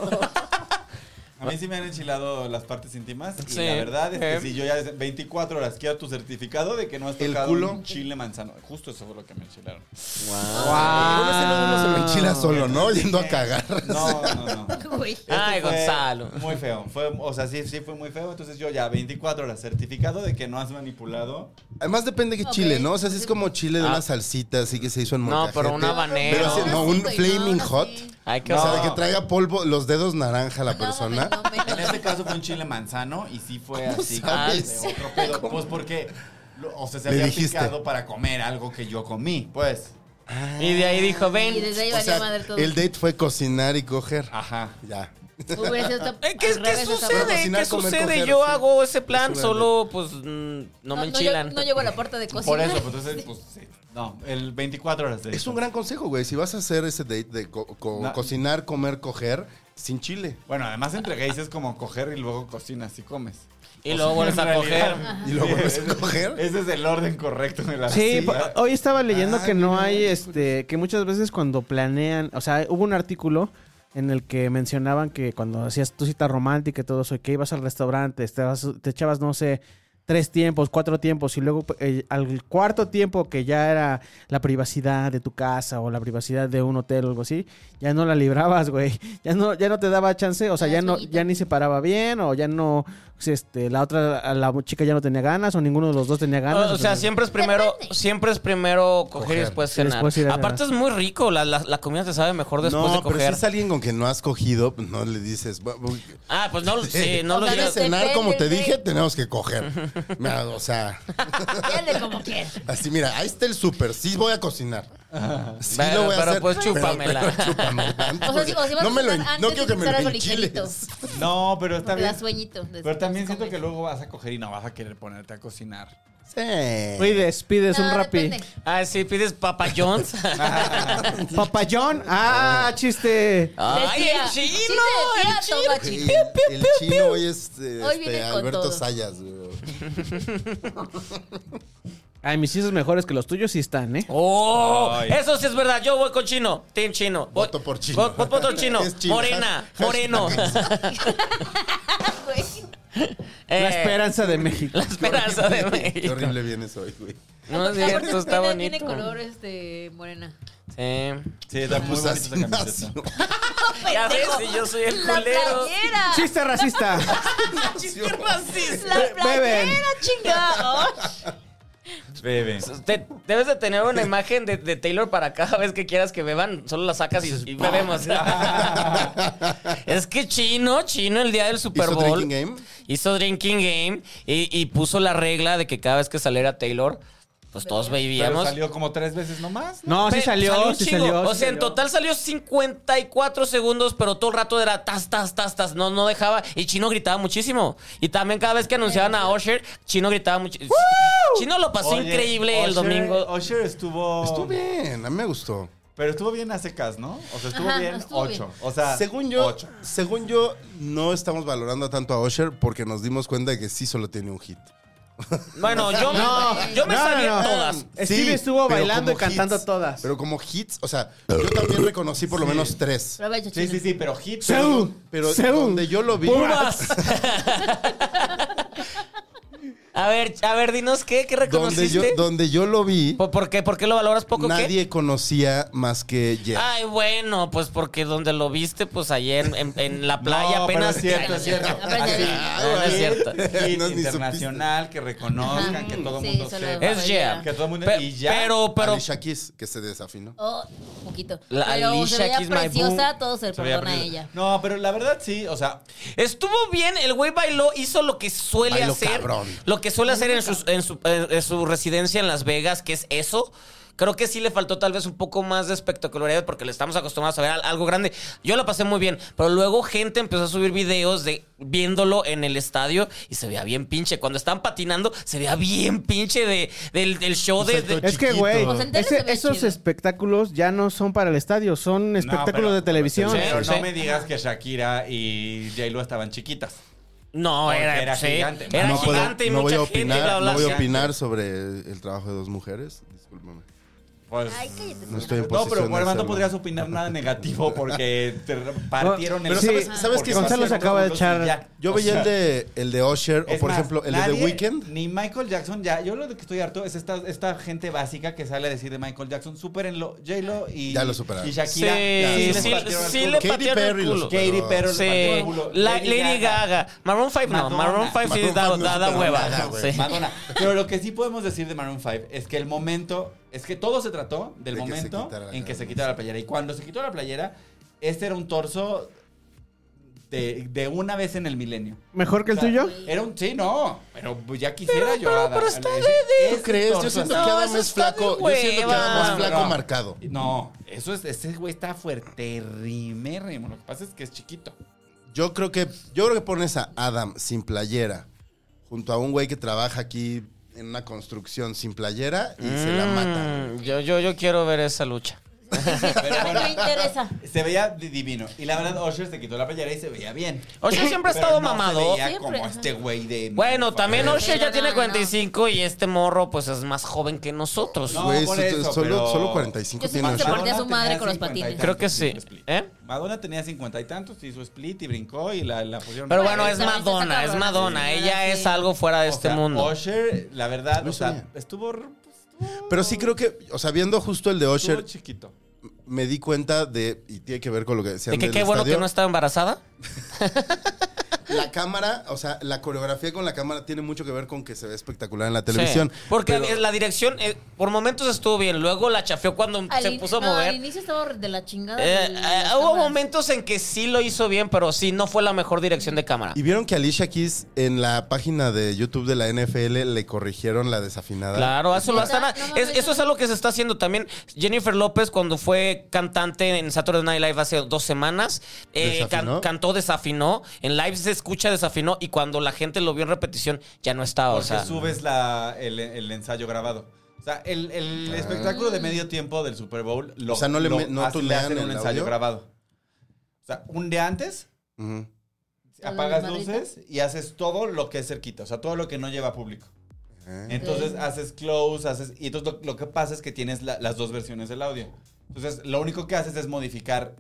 A mí sí me han enchilado las partes íntimas.
Sí.
Y la verdad es
Eh.
que si yo ya desde 24 horas quiero tu certificado de que no has
¿El
tocado
culo?
un chile manzano. Justo eso fue lo que me enchilaron.
Igual ese luego uno se lo enchila solo, ¿no? Yendo a cagar.
No, no, no.
Güey.
Esto
Ay,
Este fue
Gonzalo.
Muy feo. Fue, o sea, sí, sí fue muy feo. Entonces yo ya 24 horas certificado de que no has manipulado.
Además depende qué
Ok.
chile, ¿no? O sea, si es como chile de
Ah.
una salsita así que se hizo en
No,
molcajete.
pero un habanero.
Pero así, no, un
Sí, güey,
flaming
no,
hot.
sí.
Ay, qué
O sea, de
horror.
que traiga polvo, los dedos naranja la persona.
No, hombre, no,
En este
menos.
caso fue un chile manzano y sí fue así.
sabes?
como de otro pedo. Pues porque, lo- o sea, se
Le
había
dijiste.
picado para comer algo que yo comí, pues.
Y de ahí dijo,
Y
ven.
desde ahí
O
valió
sea,
madre todo.
el date fue cocinar y coger.
Ah.
Ajá.
Ya.
Hubiera sido hasta-
Eh, ¿Qué, qué
al revés, hasta abajo.
sucede?
cocinar,
¿Qué
comer,
sucede?
coger,
Yo
sí.
hago ese
Es
plan,
una
solo pues mm, no me
no, llegó-
enchilan.
No llegó a la puerta de cocina.
Por eso, pues entonces, pues sí. No, el 24 horas de
Es un gran consejo, güey. Si vas a hacer ese date de co- co-
No.
cocinar, comer, coger, sin chile.
Bueno, además entre gays es como coger y luego cocinas y comes. Pues,
Y luego vuelves a coger.
Y luego vuelves a coger.
Ese es el orden correcto de la
Sí, po-
cita.
hoy estaba leyendo
Ah,
que no
mira,
hay,
qué
este, que muchas veces cuando planean, o sea, hubo un artículo en el que mencionaban que cuando hacías tu cita romántica y todo eso, y que ibas al restaurante, te, vas- te echabas, no sé, tres tiempos, cuatro tiempos, y luego eh, al cuarto tiempo, que ya era la privacidad de tu casa o la privacidad de un hotel o algo así, ya no la librabas, güey. Ya no, ya no te daba chance, o sea,
Te
ya
da
no,
sueñito.
ya ni se paraba bien, o ya no, pues, este, la otra, la chica ya no tenía ganas, o ninguno de los dos tenía ganas.
O, o sea,
entonces-
siempre es primero, siempre es primero coger, y después
Y
cenar.
después ir a cenar.
Aparte es muy rico, la, la- la comida te sabe mejor después de
No, pero si
coger.
es alguien con quien no has cogido, pues, no le dices. "Bu- bu-
Ah, pues no, sí, no
O
lo
sea,
¿Quieres
digas.
no sé.
cenar como te
Depende,
dije?
güey.
Tenemos que coger. Mira, o sea,
Dale como quieras.
así mira, ahí está el súper. Sí voy a cocinar. Sí
Pero-
lo voy a
pero
hacer.
pues
pero-
chúpamela.
pero chúpamela antes,
O sea, si- o si vas
no
a
me lo
cenar
en-
antes
no
de
quiero que me
empezar
lo
algo ligerito.
enchiles.
pues, oh.
No, pero está
Te
bien.
da sueñito. después
Pero también
de
siento que
comer.
luego vas a coger y no vas a querer ponerte a cocinar.
Sí.
Pides, pides
No,
un rapi.
depende.
Ah, sí, pides Papa John's.
Papayón. Ah, chiste.
¡Ay,
Decía,
el
sí
chino!
decía,
el chino.
toma,
El,
chico.
el chino hoy es eh,
Hoy
este,
viene con
Alberto
todo.
Sayas. güey.
Ay, mis hijos mejores que los tuyos sí están, ¿eh?
¡Oh!
Ay.
Eso sí es verdad. Yo voy con chino. Team chino. Voy-
Voto por chino.
Voy, voy por chino.
Es chino.
Morena.
Hashtag.
Moreno.
Güey.
Eh,
La esperanza de México.
La esperanza de
Qué
México.
horrible vienes hoy, güey.
No es
Aparte,
cierto, está
tiene- Tiene
bonito.
color este, morena.
Sí.
Sí, está muy
Pues
bonita
así
esa camiseta.
nació.
Ya ves, si yo soy el
¡La
culero.
playera!
Chiste racista.
Chiste racista.
¡La
Beben.
playera, chingada!
Bebe.
Te- debes de tener una imagen de, de Taylor para cada vez que quieras que beban, solo la sacas y, y bebemos. es que chino, chino el día del Super
¿Hizo
Bowl
drinking game?
hizo drinking game y, y puso la regla de que cada vez que saliera Taylor, pues todos
Pero
bebíamos.
salió como tres veces nomás. ¿no?
No, sí
Pe-
salió,
un
sí
chingo.
salió.
O
sí
sea, en
salió.
total salió 54 segundos, pero todo el rato era tas, tas, tas, tas. No, no dejaba. Y Chino gritaba muchísimo. Y también cada vez que anunciaban a Usher, Chino gritaba muchísimo. Chino lo pasó
Oye,
increíble el
Usher-
domingo.
Usher estuvo.
Estuvo bien, a mí me gustó.
Pero estuvo bien a secas, ¿no? O sea, estuvo
Ajá,
bien
estuvo
ocho.
bien.
O sea,
Según yo,
ocho.
según yo, no estamos valorando tanto a Usher porque nos dimos cuenta de que sí solo tiene un hit.
Bueno, yo, me- yo me
no,
sabía
no, no.
todas.
Stevie estuvo
pero
bailando
como
y cantando
hits.
todas.
Pero como hits, o sea, yo también reconocí por lo menos tres.
Pero vaya,
Sí,
chino.
sí, sí, pero hit.
Seúl.
Pero
Seúl.
donde yo lo vi.
Pumas. a ver, a ver, dinos qué, qué
Donde yo,
reconociste.
donde yo lo vi,
¿Por, por qué, ¿Por qué lo valoras poco? qué?
nadie conocía más que Jet.
Ay, bueno, pues porque donde lo viste, pues ayer en, en- en la playa
No, pero
apenas.
es cierto, es cierto.
Apenas
Así,
vi.
No, no es
hit,
cierto.
hit
No, ni
internacional, que reconozcan,
Ajá.
que todo el
Sí,
mundo
solo-
sepa.
Es yeah.
Que todo el mundo-
Pe-
y ya.
Pero, pero.
Alicia Keys, que se desafinó.
Oh, poquito.
La
Pero
Alicia
se veía
Keys, my
preciosa,
boo.
todo se le
Se veía
perdona a
precioso.
ella.
No, pero la verdad sí, o sea,
Estuvo bien, el güey bailó, hizo lo que suele
Bailó
hacer.
cabrón.
Lo que suele hacer en, sus- en su, en- en su residencia en Las Vegas, que es eso. Creo que sí le faltó tal vez un poco más de espectacularidad porque le estamos acostumbrados a ver al- algo grande. Yo la pasé muy bien, pero luego gente empezó a subir videos de viéndolo en el estadio y se veía bien pinche. Cuando estaban patinando, se veía bien pinche de, del, del
Pues
show de- de,
Es que, güey,
O sea, en tele
ese-
se ve
esos
chido.
espectáculos ya no son para el estadio, son espectáculos
pero-
de televisión.
Sí,
Pero
sí.
no me digas que Shakira y J-Lo estaban chiquitas.
No,
Porque
era,
era
sí,
gigante.
Era
Ah, no puedo-
gigante y
no voy
mucha
a
gente,
opinar,
bla, bla,
no voy a
bla.
opinar sobre el trabajo de dos mujeres. Discúlpame.
Pues,
Ay, cállate,
No
señora.
estoy en
no,
posición
pero
de
Juan, no
hacerlo.
podrías opinar nada negativo porque te partieron el...
Pero ¿sabes- sabes
porque
qué? Gonzalo
se
partieron
acaba de
los segundos y
echar-
ya.
Yo
O
veía
sea,
el de el de Usher o
es
por
más,
ejemplo el de
nadie-
The Weeknd.
Ni Michael Jackson ya. Yo lo de que estoy harto es esta, esta gente básica que sale a decir de Michael Jackson. Supérenlo. J-Lo y,
Ya lo superaron.
y
Sí,
Shakira.
sí,
les
sí,
partieron el
sí
culo.
le
Katy
patearon
Perry
el
los
culo.
superó.
Katy Perry
Sí,
le partió el culo.
La- Lady, Gaga. Maroon 5 no,
Madonna.
Maroon 5 sí
Maroon
da,
five no
da, da
superó
hueva.
nada, güey.
sí.
Madonna. Pero lo que sí podemos decir de Maroon 5 es que el momento, es que todo se trató del
De que se
momento
quitara la
en que se
camisa.
quitara la playera. Y cuando se quitó la playera, este era un torso de, de una vez en el milenio.
¿Mejor que el
O sea,
tuyo?
Era un, sí, no, pero pues, ya quisiera yo.
pero-
Adán,
pero
ese-
está de-
ese
de-
¿Tú crees? Yo
torso
siento que
así.
No,
Adam
eso
es
está de
flaco. Yo siento que Adam
hueva.
es flaco marcado.
No, pues, eso es, ese güey está fuerterrimérrimo. Lo que pasa es que es chiquito.
Yo creo que, yo creo que pones a Adam sin playera junto a un güey que trabaja aquí en una construcción sin playera y se la mata.
Mm, yo, yo, yo quiero ver esa lucha.
Pero
A mí
bueno,
me interesa.
se veía di- divino. Y la verdad, Osher se quitó la playera y se veía bien.
Usher siempre ha
Pero
estado
no se
mamado.
veía
Siempre,
como
ajá.
este güey de.
Bueno, también Osher ya
no,
tiene
no.
45 y este morro pues es más joven que nosotros.
No,
Güey,
por
so-
eso,
solo,
pero-
solo 45
Yo
tiene
siento que
Usher.
se mordía a su
Madonna
madre
tenía
con los
50 y
patines.
Creo que sí.
hizo split.
¿Eh?
Madonna tenía cincuenta y tantos, hizo split y brincó y la, la pusieron.
Pero bueno, es
Está bien, está
Madonna, es
cabrón.
Madonna.
Sí,
Ella
sí.
es algo fuera de este mundo.
Osher, la verdad,
Lo
o
hizo
sea,
bien.
estuvo, r- pues, estuvo-
Pero sí creo que, o sea, viendo justo el de
estuvo
Osher,
chiquito.
me di cuenta de, y tiene que ver con lo que decían
De que
del
qué bueno
estadio,
que no estaba embarazada.
La cámara, o sea, la coreografía con la cámara tiene mucho que ver con que se ve espectacular en la televisión.
Sí. Porque
Pero-
la dirección eh, por momentos estuvo bien, luego la chafeó cuando
Al
se
in-
puso a
no, Al
mover.
inicio estaba de la chingada.
Eh,
de
eh,
las
hubo
cámaras.
momentos en que sí lo hizo bien, pero sí no fue la mejor dirección de cámara.
Y vieron que Alicia Keys en la página de YouTube de la NFL le corrigieron la desafinada.
Claro, eso, lo hacen
Neta,
a-
no
es-
mames.
eso es algo que se está haciendo también. Jennifer López, cuando fue cantante en Saturday Night Live hace dos semanas, eh, can-
¿Desafinó?
cantó desafinó. En live se escucha desafinó y cuando la gente lo vio en repetición ya no
Ah,
estaba. O
Porque
sea,
subes la, el, el ensayo grabado. O sea, el, el espectáculo de medio tiempo del Super Bowl lo,
Ah. O sea, no le
lo
me- no
hacen-
tunean
hacen un
el
ensayo
audio.
grabado. O sea, un día antes
Ujú.
Todo
apagas
el desmadrito.
luces y haces todo lo que es cerquita, o sea, todo lo que no lleva público.
Ajá.
Entonces
Ok.
haces close, haces. Y entonces lo, lo que pasa es que tienes la- las dos versiones del audio. Entonces, lo único que haces es modificar.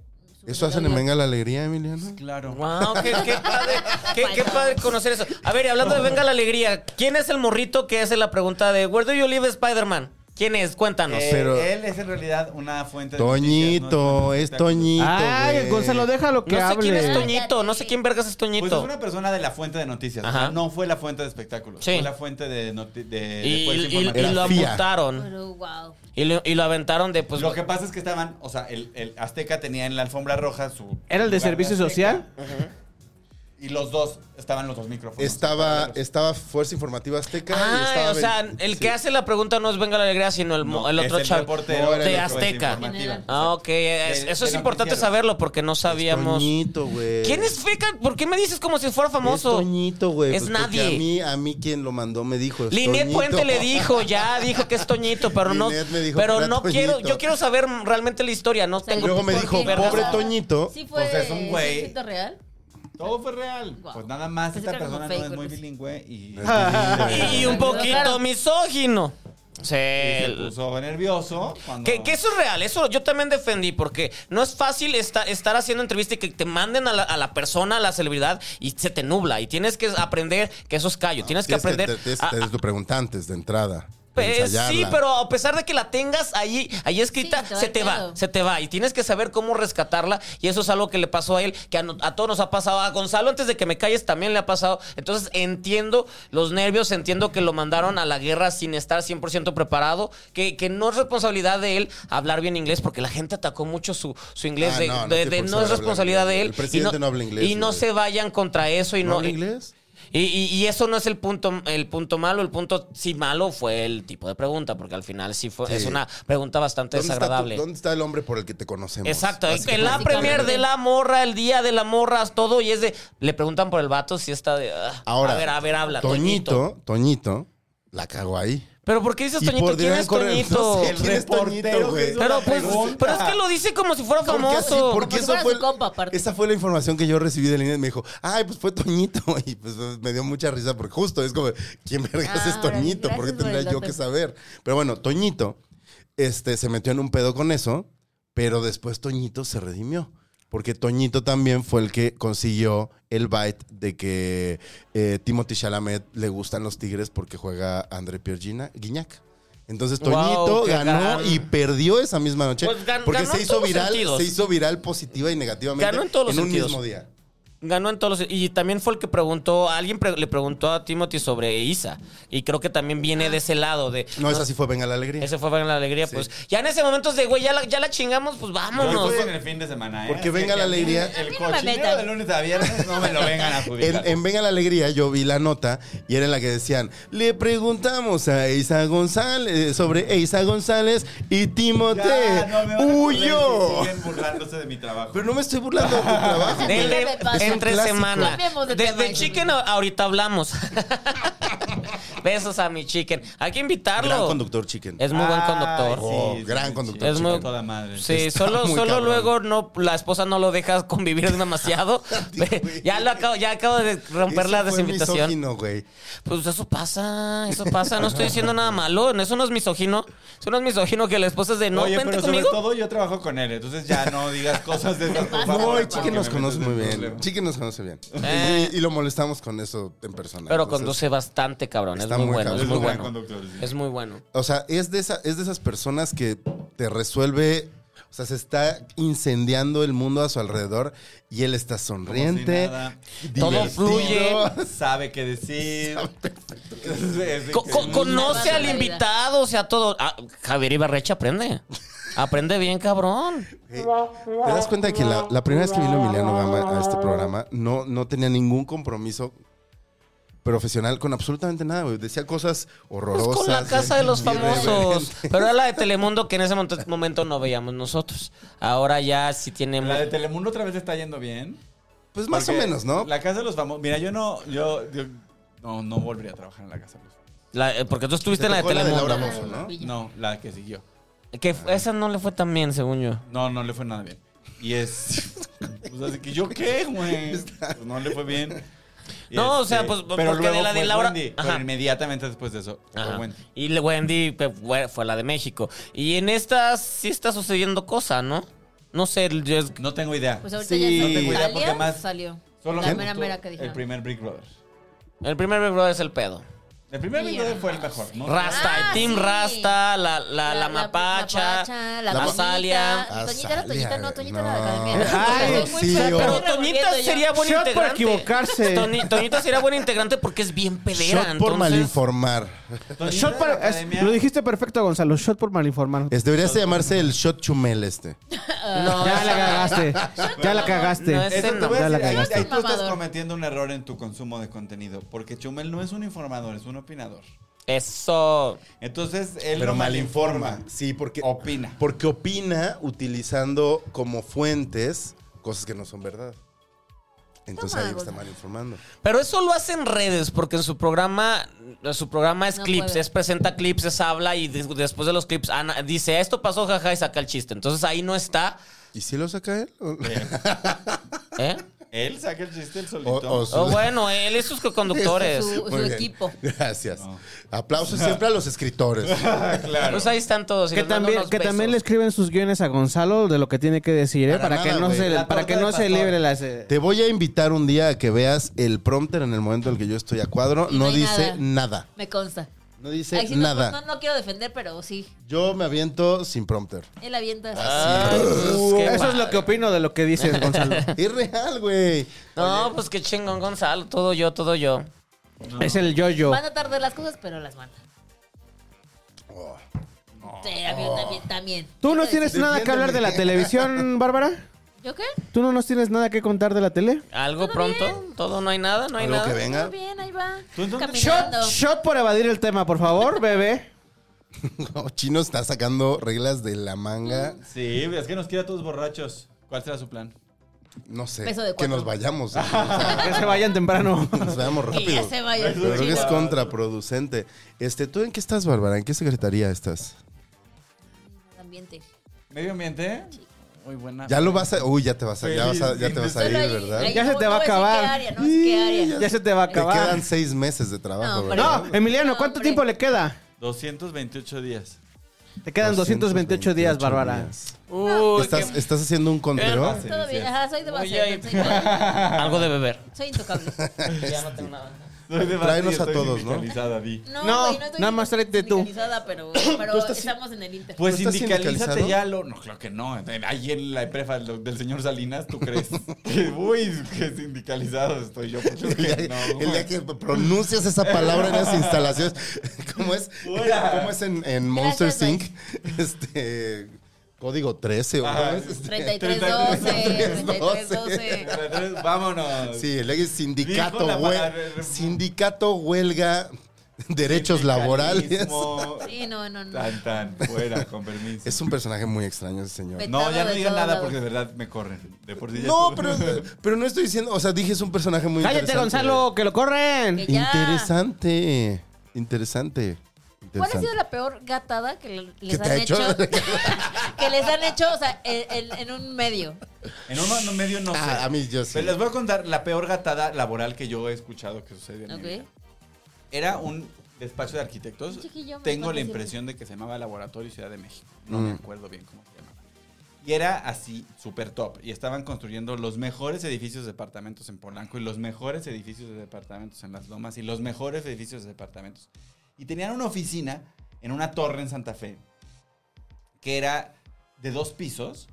Eso hacen en Venga la Alegría, Emiliano.
Claro.
wow, qué, qué padre, qué, qué padre conocer eso. A ver, y hablando de Venga la Alegría, ¿quién es el morrito que hace la pregunta de Where do you live, Spider-Man? ¿Quién es? Cuéntanos.
Eh,
Pero-
él es en realidad una fuente de. noticias, ¿no?
Toñito,
una
es
fuente de espectáculos.
Toñito.
Ay,
Ah,
güey.
Gonzalo, déjalo que
no sé
hable.
quién es Toñito, no sé quién vergas es
Pues
Toñito.
es una persona de la fuente de noticias. o
Ajá.
sea, no fue la fuente de espectáculos.
Sí.
Fue la fuente de. noti- de, de pues,
Y,
fuerza
y- y-
informativa.
y lo
Era fía.
apuntaron.
Pero wow.
Y lo, y lo aventaron de, pues,
lo que pasa es que estaban, o sea, el, el Azteca tenía en la alfombra roja su.
¿Era el de
lugar
servicio
Azteca.
social?
Y los dos estaban los dos micrófonos.
Estaba,
separados.
estaba Fuerza Informativa Azteca. y
Ah,
estaba
o sea,
ve-
el
sí.
que hace la pregunta no es Venga la Alegría, sino el, mo-
No,
el
es
otro chavo.
reportero
No, era
de
la fuente
Azteca.
informativa.
Ah, ok. es-
De-
eso
de
es importante
noticiero.
saberlo porque no
Es
sabíamos.
Toñito, güey.
¿Quién es Feca? ¿Por qué me dices como si fuera famoso?
Es Toñito, güey.
Es
pues, porque
nadie.
A mí, a mí quien lo mandó me dijo. es
Linet
Toñito.
Puente le dijo, ya dijo que es Toñito, pero no.
Linet me dijo que
Pero
era
no quiero,
Toñito.
yo quiero saber realmente la historia, no
O sea,
tengo.
Luego me
¿por
dijo,
qué no?
pobre
O sea,
Toñito.
Sí fue
Pues es un güey.
¿sí éxito real.
Todo fue real.
Guau.
Pues nada más,
Pensé que
esta
era como
persona
fake,
no es muy
porque sí.
bilingüe y
Y, y un poquito
Claro.
misógino. Sí.
se
el-
puso nervioso. Cuando...
Que, que eso es real, eso yo también defendí, porque no es fácil esta- estar haciendo entrevista y que te manden a la, a la persona, a la celebridad, y se te nubla, y tienes que aprender que eso es callo, Ah, tienes que aprender...
te- te-
a-
te- te pregunta antes de entrada.
pues, sí,
ensayarla.
pero a pesar de que la tengas ahí, ahí escrita,
Sí, te va
se
el
te va,
pedo.
se te va. Y tienes que saber cómo rescatarla. Y eso es algo que le pasó a él, que a, no- a todos nos ha pasado. A Gonzalo, antes de que me calles, también le ha pasado. Entonces entiendo los nervios, entiendo que lo mandaron a la guerra sin estar 100% preparado. Que, que no es responsabilidad de él hablar bien inglés, porque la gente atacó mucho su, su inglés.
Ah,
de-
no, no
de-
tiene
de-
por qué
no es
saber hablar
responsabilidad de
inglés.
él.
El presidente
y
no habla inglés,
Y no
güey.
se vayan contra eso. Y
¿No
no,
habla inglés?
y, y- y eso no es el punto, el punto malo, el punto sí malo fue el tipo de pregunta, porque al final sí fue,
Sí.
es una pregunta bastante
¿Dónde está
desagradable.
tu- ¿Dónde está el hombre por el que te conocemos?
Exacto,
Así que
en la
pues,
premier de la morra, el día de la morra, todo, y es de, le preguntan por el vato si está de, ah,
Ahora,
a ver, a ver, habla, Toñito.
Toñito, Toñito, la cago ahí.
Pero ¿por qué dices
Y
Toñito?
por
¿Quién
dirán
es
correr-
Toñito?
No sé, ¿quién es
Reportero que
Toñito, güey?
hizo
Pero,
la
pues,
pregunta.
pero es que lo dice como si fuera
Porque así-
famoso.
porque
Como si
eso
fuera
fue,
su compa, aparte.
esa fue la información que yo recibí de Línea. Me dijo, ay, pues fue Toñito. Y pues me dio mucha risa porque justo es como, ¿quién vergas
Ah,
es Toñito?
gracias
¿Por qué
por el
tendría yo
dato.
que saber? Pero bueno, Toñito este, se metió en un pedo con eso, pero después Toñito se redimió. Porque Toñito también fue el que consiguió el byte de que eh, Timothy Chalamet le gustan los tigres porque juega André Pierre Gina- Guignac. Entonces
Wow,
Toñito
qué
ganó
gran-
y perdió esa misma noche.
Pues gan-
porque
ganó
se
en
hizo
todos
viral,
sentidos.
se hizo viral positiva y negativamente
Ganó en todos los
un
sentidos.
mismo día.
Ganó en todos los... Y también fue el que preguntó... Alguien pre- le preguntó a Timothy sobre Isa. Y creo que también viene de ese lado de...
No, esa sí fue Venga la Alegría.
Ese fue Venga la Alegría,
Sí.
pues. Ya en ese momento es de, güey, ya la, ya la chingamos, pues
Yo
vámonos.
estuve en el fin de semana, ¿eh?
Porque
Así
venga
que
la
a mí
alegría.
A mí
El
no me
cochinero
metan.
de lunes a viernes no me lo vengan a
En,
adjudicar.
en Venga la Alegría yo vi la nota y era en la que decían, le preguntamos a Isa González eh, sobre Isa González y
Ya,
Timote
no, me van a
huyó.
correr si siguen burlándose de mi trabajo.
Pero no me estoy burlando de tu trabajo.
Del de-
Déjame pasar.
entre
Clásico.
semana.
Cambiemos
De,
de tema,
de
Jimmy.
Chicken a- ahorita hablamos. Besos a mi Chicken. Hay que
Gran
invitarlo.
conductor chicken.
Es muy buen conductor.
Oh, gran conductor,
Es muy- chico.
toda madre.
Sí,
Está
solo,
muy
solo
cabrón.
luego no, la esposa no lo deja convivir demasiado.
güey.
ya lo acabo, ya acabo de romper
Ese
la
fue
desinvitación.
misógino, güey.
Pues eso pasa, eso pasa. No estoy diciendo nada malo. Eso no es misógino. Eso no es misógino que la esposa es de no,
Oye,
vente
pero
conmigo.
sobre todo yo trabajo con él, entonces ya no digas cosas de esas, por
No,
favor.
No, Chicken nos
porque me
conoce
metes
muy
en
bien.
problemas.
Chicken nos conoce bien.
Eh.
Y, y lo molestamos con eso en persona.
Pero
Entonces,
conduce bastante, cabrón. Es
Está
muy
muy
bueno,
cabrón.
es
Es
muy
un gran
bueno.
conductor, sí. Pues
Es muy bueno.
O sea, es de, esa, es de esas personas que te resuelve. O sea, se está incendiando el mundo a su alrededor y él está sonriente.
nada.
divertido.
Todo fluye.
Sabe qué decir. Es- es
Co- co-
increíble.
conoce al
barbaridad.
invitado, o sea, todo. Ah, Javier Ibarreche aprende. Aprende bien, cabrón.
Eh, ¿Te das cuenta que la, la primera vez que vino Emiliano Gama a este programa no, no tenía ningún compromiso profesional con absolutamente nada, güey? Decía cosas
Pues
horrorosas.
con la casa de los
irreverentes.
famosos. Pero era la de Telemundo que en ese momento- momento no veíamos nosotros. Ahora ya sí tenemos.
La de Telemundo otra vez está yendo bien.
Pues más
Porque
o menos, ¿no?
La casa de los famosos. Mira, yo no, yo, yo- no, no volvería a trabajar en la casa de los famosos.
la- eh, porque tú estuviste en la de
Te tocó
Telemundo.
Laura Bozo, ¿no?
No, la que siguió.
que f- esa no le fue tan bien, según yo.
No, no le fue nada bien. Y es. Pues así que yo qué, güey. Pues no le fue bien. Y este,
No, o sea, pues, porque de la de
fue
Laura-
Wendy,
Ajá.
pero inmediatamente después de eso. fue
Ajá.
Wendy.
Y le- Wendy pe- fue, fue la de México. Y en esta sí está sucediendo cosa, ¿no? No sé, yo es-
No tengo idea.
Pues ahorita
Sí.
ya
No
salió
tengo idea porque
Italia,
más.
salió.
Solo
la
me
mera
gustó
mera que
El
dijeron.
primer Big Brother.
el primer Big Brother es el pedo.
El primer Big
Mira.
Brother fue el mejor, ¿no?
Rasta, el
Ah,
Team
sí.
Rasta, la, Ah, la, la, mapacha,
la
la
Toñita,
Rosalia.
Toñita, la Toñita, no, Toñita
No.
la academia.
Ay,
Estoy muy
sí,
fea,
yo-
Pero
estoy
Toñita
revolviendo yo.
sería buen
Shot por
integrante.
equivocarse.
Toni- Toñita sería buen integrante porque es bien pedera.
Shot por
entonces-
malinformar.
Toñita
Shot
de
para-
la
es-
academia.
lo dijiste perfecto, Gonzalo. Shot por malinformar.
Este, debería llamarse el shot chumel este.
Ah,
No,
Ya
esa-
la cagaste. Ya la cagaste.
No, ese
Eso te voy
Ya
a
la
decir, ahí-
cagaste.
ahí tú estás
Mamador.
cometiendo un error en tu consumo de contenido, porque Chumel no es un informador, es un opinador.
Eso.
Entonces, él
Pero
no
malinforma. Sí, porque
Opina.
Porque opina utilizando como fuentes cosas que no son verdad. Entonces
Toma,
ahí está
Gonzalo.
mal informando.
Pero eso lo hace en redes, porque en su programa, su programa es
No
clips,
puede.
es presenta clips, es habla y des- después de los clips ana- dice, esto pasó, jaja, y saca el chiste. Entonces ahí no está,
¿Y si lo saca él? O-
¿eh?
Él saca el chiste el
o-
solito.
o su-
O bueno, él y sus conductores.
Su-
Muy bien.
equipo.
Gracias.
No.
Aplausos siempre a los escritores.
Ah, claro.
Pues ahí están todos. y
Que
les mando
también,
unos
que
besos.
también le escriben sus guiones a Gonzalo de lo que tiene que decir, ¿eh?
Para
Para, que
nada,
no
güey.
se,
La
para que
torta
no
de
se
pastor.
libre las. eh,
Te voy a invitar un día a que veas el prompter en el momento en el que yo estoy a cuadro.
Y
No,
no hay
dice nada.
nada. Me consta.
No dice
Ay, sí, no,
nada.
No, no quiero defender, pero sí.
Yo me aviento sin prompter.
Él avienta.
Ay, pues,
Uh,
qué
eso es
padre.
lo que opino de lo que dices, Gonzalo.
Es real, güey.
No, pues qué chingón, Gonzalo. Todo yo, todo yo.
Es el yo-yo.
Van a tardar las cosas, pero las van.
Oh,
Sí, a mí también, también.
Oh. ¿Tú no tienes nada que
Defiéndeme.
hablar de la televisión, Bárbara?
¿Yo qué?
¿Tú no nos tienes nada que contar de la tele?
¿Algo pronto? ¿Todo? ¿No hay nada? ¿No hay
Algo
nada?
que venga.
Todo bien, ahí va.
¿Tú en
Pues
dónde-
Shot,
Caminando.
shot por evadir el tema, por favor, bebé.
No, Chino está sacando reglas de la manga.
Sí, es que nos quiere a todos borrachos. ¿Cuál será su plan?
No sé.
Peso de
Que
cuatro.
nos vayamos. Que
Que se vayan temprano.
nos vayamos
Que ya
rápido.
se vaya. el
Pero
Pero
chico.
que es contraproducente. Este, ¿tú en qué estás, Bárbara? ¿En qué secretaría estás?
Ambiente.
¿Medio ambiente? ¿eh? Muy buena.
Ya lo vas a. Uy, ya te vas a, ya vas a, ya te vas a ir,
Solo ahí-
¿verdad?
ahí
Ya se
no-
te va a
no voy decir
acabar.
qué área, no sé qué área.
ya se te va a
Te
acabar.
quedan seis meses de trabajo,
No,
¿verdad?
No, Emiliano, ¿cuánto
Hombre.
tiempo le queda?
228 días.
Te quedan 228 días,
228
Bárbara.
días.
Uy,
¿Estás,
qué-
estás haciendo un conteo?
Sí,
Todo
sí.
bien, ajá, soy de
Oye,
base. Soy,
Algo de beber.
soy intocable.
Ya no tengo nada.
Soy de
Tráenos
Basti y
a
estoy
todos, ¿no?
sindicalizada, di.
No,
No,
güey, no estoy
nada más tráete tú.
sindicalizada, pero, pero
estás sin-
estamos en el Inter.
Pues
¿No estás
sindicalízate
sindicalizado?
ya lo. No, claro que no. Ahí en la prefa lo- del señor Salinas, ¿tú crees? Que, uy, que sindicalizado estoy yo. Pues
El
es
día,
que no,
el día que pronuncias esa palabra en esas instalaciones, ¿cómo es?
Fuera.
¿Cómo es en, en Monster
Gracias,
Inc? Este. Código 13 o
Ajá.
¿cómo es?
Pues,
Este,
33-12, 33-12.
Entonces, Vámonos.
Sí, el ex sindicato,
Dijo la
hue-
palabra-
sindicato huelga, derechos laborales.
Sindicalismo.
Sí, no, no, no.
Tan, tan, fuera, con permiso.
Es un personaje muy extraño ese señor.
Vete.
No, ya
Vetado
no
de
digan
todos
nada
lados.
porque de verdad me corren. De por sí ya
No,
estuve-
pero, pero no estoy diciendo, o sea, dije es un personaje muy
¡Cállate,
interesante.
Gonzalo! ¡Que lo corren!
Que ya.
Interesante, interesante.
¿Cuál ha
interesante.
sido la peor gatada que le-
¿Qué
les
te ha
han
hecho?
hecho? que les han hecho, o sea, en, en- en un medio.
En uno en medio no sé.
Ah, a mí yo sí.
Pero les voy a contar la peor gatada laboral que yo he escuchado que sucedió en mi vida.
¿Ok?
Era un despacho de arquitectos.
Un chiquillo me
Tengo la
parece.
impresión de que se llamaba Laboratorio Ciudad de México. No me
Mm.
acuerdo bien cómo se llamaba. Y era así, súper top. Y estaban construyendo los mejores edificios de departamentos en Polanco y los mejores edificios de departamentos en Las Lomas y los mejores edificios de departamentos. Y tenían una oficina en una torre en Santa Fe que era de dos pisos.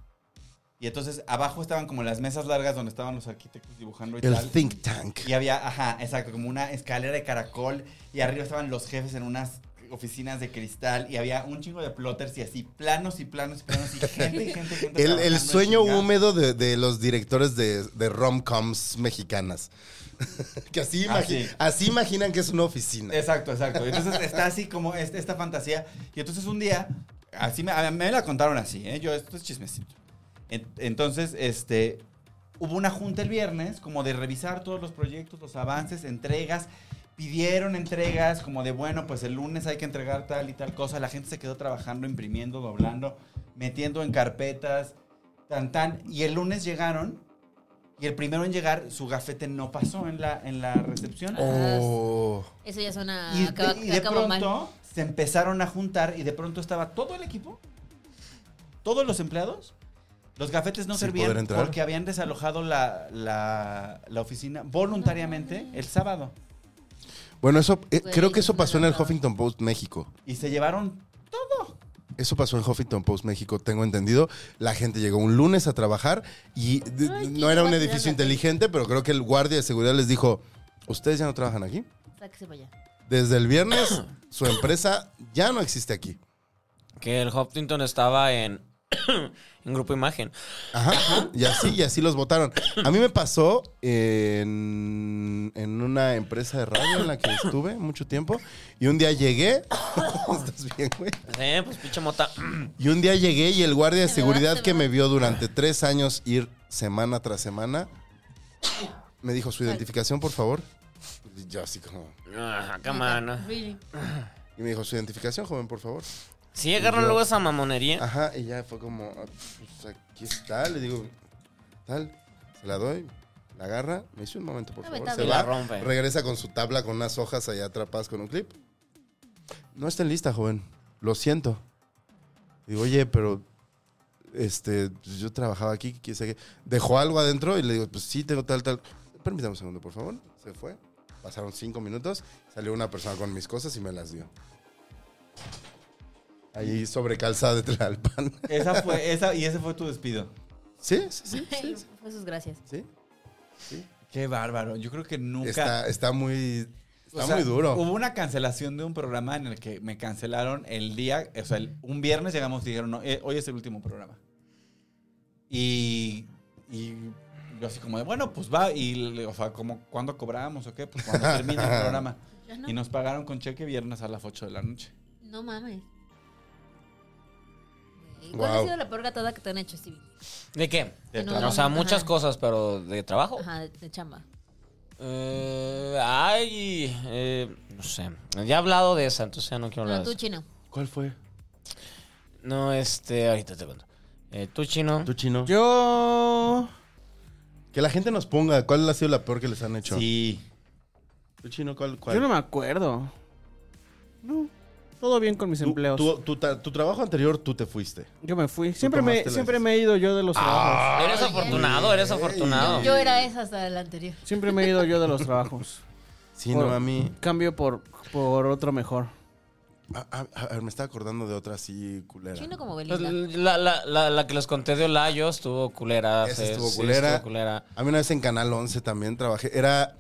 Y entonces abajo estaban como las mesas largas donde estaban los arquitectos dibujando y
El
tal.
think tank.
Y había, ajá, exacto, como una escalera de caracol y arriba estaban los jefes en unas oficinas de cristal y había un chingo de plotters y así, planos y planos y planos y gente y gente, y gente
El, el
trabajando
sueño
en chingada.
húmedo de, de los directores de, de rom-coms mexicanas. que así,
Ah,
imagi-
sí.
así imaginan que es una oficina.
Exacto, exacto. Entonces está así como este- esta fantasía. Y entonces un día, así me, a mí me la contaron así, ¿eh? Yo, esto es chismecito. En- entonces, este, hubo una junta el viernes, como de revisar todos los proyectos, los avances, entregas. Pidieron entregas, como de bueno, pues el lunes hay que entregar tal y tal cosa. La gente se quedó trabajando, imprimiendo, doblando, metiendo en carpetas, tan, tan. Y el lunes llegaron. Y el primero en llegar, su gafete no pasó en la, en la recepción.
Oh.
Eso ya suena.
Y,
acaba-
de, y de
acabó
pronto
mal.
se empezaron a juntar y de pronto estaba todo el equipo, todos los empleados. Los gafetes no
Sin poder
servían
entrar.
porque habían desalojado la, la- la oficina voluntariamente el sábado.
Bueno, eso eh,
Güey,
creo que eso
no,
pasó en el
no.
Huffington Post México.
Y se llevaron.
Eso pasó en Huffington Post México, tengo entendido. La gente llegó un lunes a trabajar y de-
Ay,
no
¿quién
era
va
un
a cuidar
edificio
la-
inteligente, pero creo que el guardia de seguridad les dijo, ustedes ya no trabajan aquí.
Sáquese para allá.
Desde el viernes su empresa ya no existe aquí.
Que el Hoptington estaba en, en Grupo Imagen.
Ajá. Y así, y así los votaron. A mí me pasó en, en una empresa de radio en la que estuve mucho tiempo. Y un día llegué. ¿Estás bien, güey?
Eh, pues pinche mota.
Y un día llegué y el guardia de
Te me vas,
seguridad
te
que
me
me vio durante tres años ir semana tras semana me dijo su identificación, por favor. Y yo así como.
Ah, come on.
Really.
Y me dijo su identificación, joven, por favor.
Sí, agarran luego esa mamonería.
Ajá, y ya fue como, ah, pues aquí está, le digo, tal, se la doy, la agarra, me dice un momento, por
Ah,
favor,
vete a
se
ver.
va,
La rompe.
regresa con su tabla con unas hojas allá atrapadas con un clip. No está en lista, joven, lo siento. Digo, oye, pero este, pues, yo trabajaba aquí, quién sabe qué. Dejó algo adentro y le digo, pues sí, tengo tal, tal. Permítame un segundo, por favor. Se fue. Pasaron cinco minutos, salió una persona con mis cosas y me las dio. Ahí sobre calzada de Tlalpan.
Esa fue, esa, y ese fue tu despido.
Sí, sí, sí.
Fue pues, sus gracias.
sí.
Qué bárbaro. Yo creo que nunca.
Está, está muy. Está
O sea,
muy duro.
Hubo una cancelación de un programa en el que me cancelaron el día, o sea, el- un viernes llegamos y dijeron, no, eh, hoy es el último programa. Y, y yo así como de, bueno, pues va, y le- o sea, como, ¿cuándo cobramos o qué? Pues cuando termine el programa.
Ya
Y
no,
nos pagaron con cheque viernes a las 8 de la noche.
no mames. ¿Cuál
Wow.
ha sido la peor gatada que te han hecho, Stevie?
¿De qué?
De
Que no-
trabajo.
O sea, muchas
Ajá.
cosas, pero de trabajo.
Ajá, de, de chamba.
Eh, ay, eh, no sé. Ya he hablado de esa, entonces ya no quiero hablar
No,
de
tú,
eso.
chino.
¿Cuál fue?
No, este, ahorita te cuento. Eh, tú, chino.
¿Tu ¿Ah? chino?
Yo.
Que la gente nos ponga cuál ha sido la peor que les han hecho.
Sí.
¿Tu chino cuál? cuál?
Yo no me acuerdo. No. Todo bien con mis
Tu-
empleos.
Tu, tu ta- tu trabajo anterior tú te fuiste.
Yo me fui. Siempre
tomaste
me,
la
siempre
decisión. Ah.
me he ido yo de los trabajos.
Eres afortunado, eres afortunado.
Yo era esa hasta el anterior.
Siempre me he ido yo de los trabajos.
Sí,
Por-
no, a mí.
Cambio por, por otro mejor.
a- a- a ver, me estaba acordando de otra así culera.
Chino como Belinda.
Pues, La, la, la, la que les conté de Olayo estuvo culera.
Esa
sí,
estuvo
sí,
culera.
estuvo culera.
A mí una vez en Canal 11 también trabajé. Era,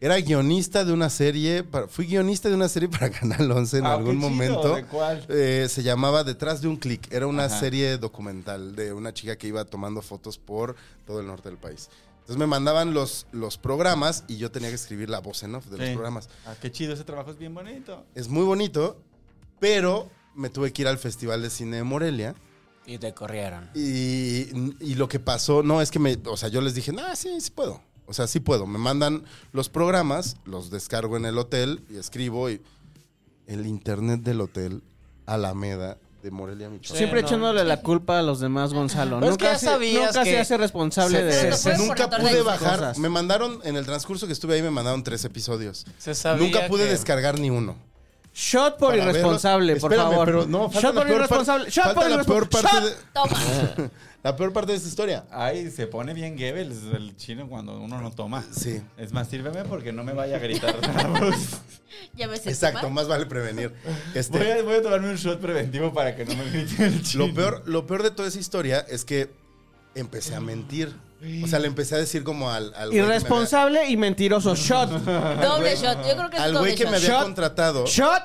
era guionista de una serie. para- fui guionista de una serie para Canal 11 en
Ah,
algún
qué chido,
momento.
¿de cuál?
Eh, se llamaba Detrás de un clic. Era una
Ajá.
serie documental de una chica que iba tomando fotos por todo el norte del país. Entonces me mandaban los, los programas y yo tenía que escribir la voz en off de los
Sí.
programas.
Ah, qué chido, ese trabajo es bien bonito.
Es muy bonito, pero me tuve que ir al Festival de Cine de Morelia.
Y te corrieron.
Y, y lo que pasó, no, es que me, o sea, yo les dije, ah, sí, sí puedo. O sea, sí puedo. Me mandan los programas, los descargo en el hotel y escribo y el internet del hotel Alameda de Morelia, Michoacán.
Siempre
no.
echándole la culpa a los demás, Gonzalo.
Pero es
nunca
que ya
se-
sabías
nunca
que-
se hace responsable
Se-
de
se-
eso.
se- Fueron
Nunca
por
pude
torrentos.
bajar.
Cosas.
Me mandaron, en el transcurso que estuve ahí, me mandaron tres episodios.
Se sabía
Nunca pude
que-
descargar ni uno.
Shot por
Para
irresponsable,
verlo-
por
Espérame,
favor.
pero no, falta
Shot
la
por
peor par-
irresponsable. Shot
falta
por
la peor
irresponsable.
parte de-
Shot.
Toma.
la peor parte de esta historia.
Ay, se pone bien Goebbels el chino cuando uno no toma.
Sí.
Es más, sírveme porque no me vaya a gritar. Voy
Ya ves.
Exacto, más vale prevenir. Este,
a, voy a tomarme un shot preventivo para que no me grite el chino.
Lo peor, lo peor de toda esa historia es que empecé a mentir. O sea, le empecé a decir como al, al güey que me había-
Irresponsable y mentiroso. Shot.
Doble shot. Yo creo que es
al
doble
güey que
shot.
me había
Shot.
contratado.
Shot.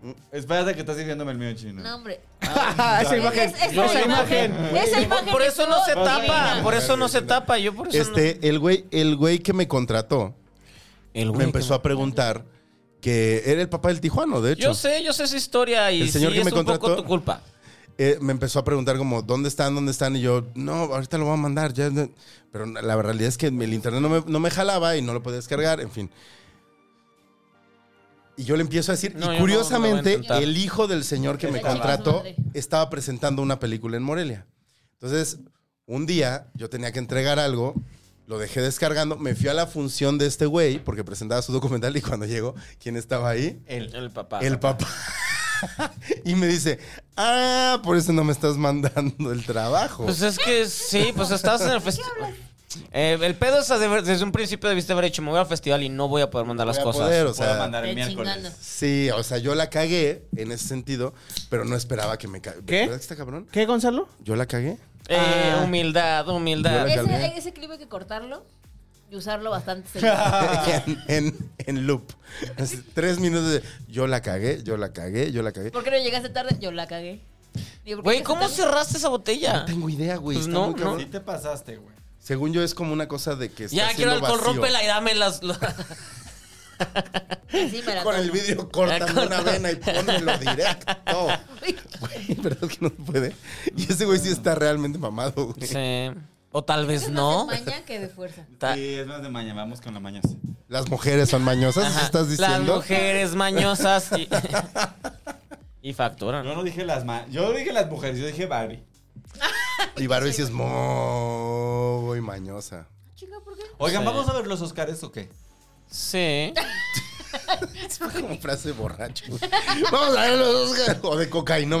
Mm, Espérate que estás sirviéndome el mío chino.
No, hombre.
Esa imagen.
Es- es-
Esa
esa
imagen.
imagen. Esa imagen.
Por eso no se
estuvo
tapa.
divina.
Por eso no se tapa. Yo por eso
Este, el güey, el güey que me contrató
El
me empezó a preguntar que era el papá del Tijuano, de hecho.
Yo sé, yo sé esa historia y
El señor
sí
que
es
me
un poco
contrató-
tu culpa.
Eh, me empezó a preguntar como, ¿dónde están? ¿Dónde están? Y yo, no, ahorita lo voy a mandar. ya, ya". Pero la realidad es que el internet no me, no me jalaba y no lo podía descargar, en fin. Y yo le empiezo a decir,
No, yo no, no
y
lo voy a
curiosamente,
intentar.
el hijo del señor que me
Chinga su
contrató
madre.
estaba presentando una película en Morelia. Entonces, un día yo tenía que entregar algo, lo dejé descargando, me fui a la función de este güey porque presentaba su documental y cuando llegó, ¿quién estaba ahí?
El, papá.
El papá. y me dice, ah, por eso no me estás mandando el trabajo.
Pues es que sí, pues estabas en el festival. el pedo es haber- desde un principio debiste haber hecho, me voy al festival y no voy a poder mandar las
Voy a
cosas.
poder, o
Puedo
sea,
mandar el
Te
miércoles.
chingando.
sí, o sea, yo la cagué en ese sentido, pero no esperaba que me ca-
¿Qué?
¿Verdad que está cabrón?
¿Qué, Gonzalo?
¿Yo la cagué?
Eh,
Ah.
Humildad, humildad.
Yo Calma.
Ese, ese clip hay que cortarlo y usarlo bastante seguido.
Ah.
en, en- en loop. Así, tres minutos de, yo la cagué, yo la cagué, yo la cagué.
¿Por qué no llegaste tarde? Yo la cagué. Digo, ¿por qué
Güey,
llegaste
¿cómo
tarde?
cerraste esa botella?
No tengo idea, güey.
Pues
está
no,
muy
no.
cabrón.
Sí te pasaste, güey.
Según yo es como una cosa de que está
Ya, quiero
haciendo
alcohol,
vacío.
rómpela y dame las... lo-
Así me la
Con el
tomo.
vidrio cortame una vena y pónmelo directo.
Uy,
Güey, ¿verdad que no puede? Y ese güey sí está realmente mamado, güey.
Sí. O tal vez
Es
no.
más de maña que de fuerza.
Ta-
Sí, es más de maña, vamos con la mañosa.
Las mujeres son mañosas,
Ajá.
¿eso estás
Las
diciendo?
mujeres mañosas y, y facturan.
Yo no dije las ma yo dije las mujeres, yo dije Barbie.
Y Barbie sí es muy mañosa.
Chica, ¿por qué?
Oigan,
Sí.
¿vamos a ver los Oscars o qué?
Sí.
Es como frase de borracho. Vamos a ver los Oscars. O de cocaína,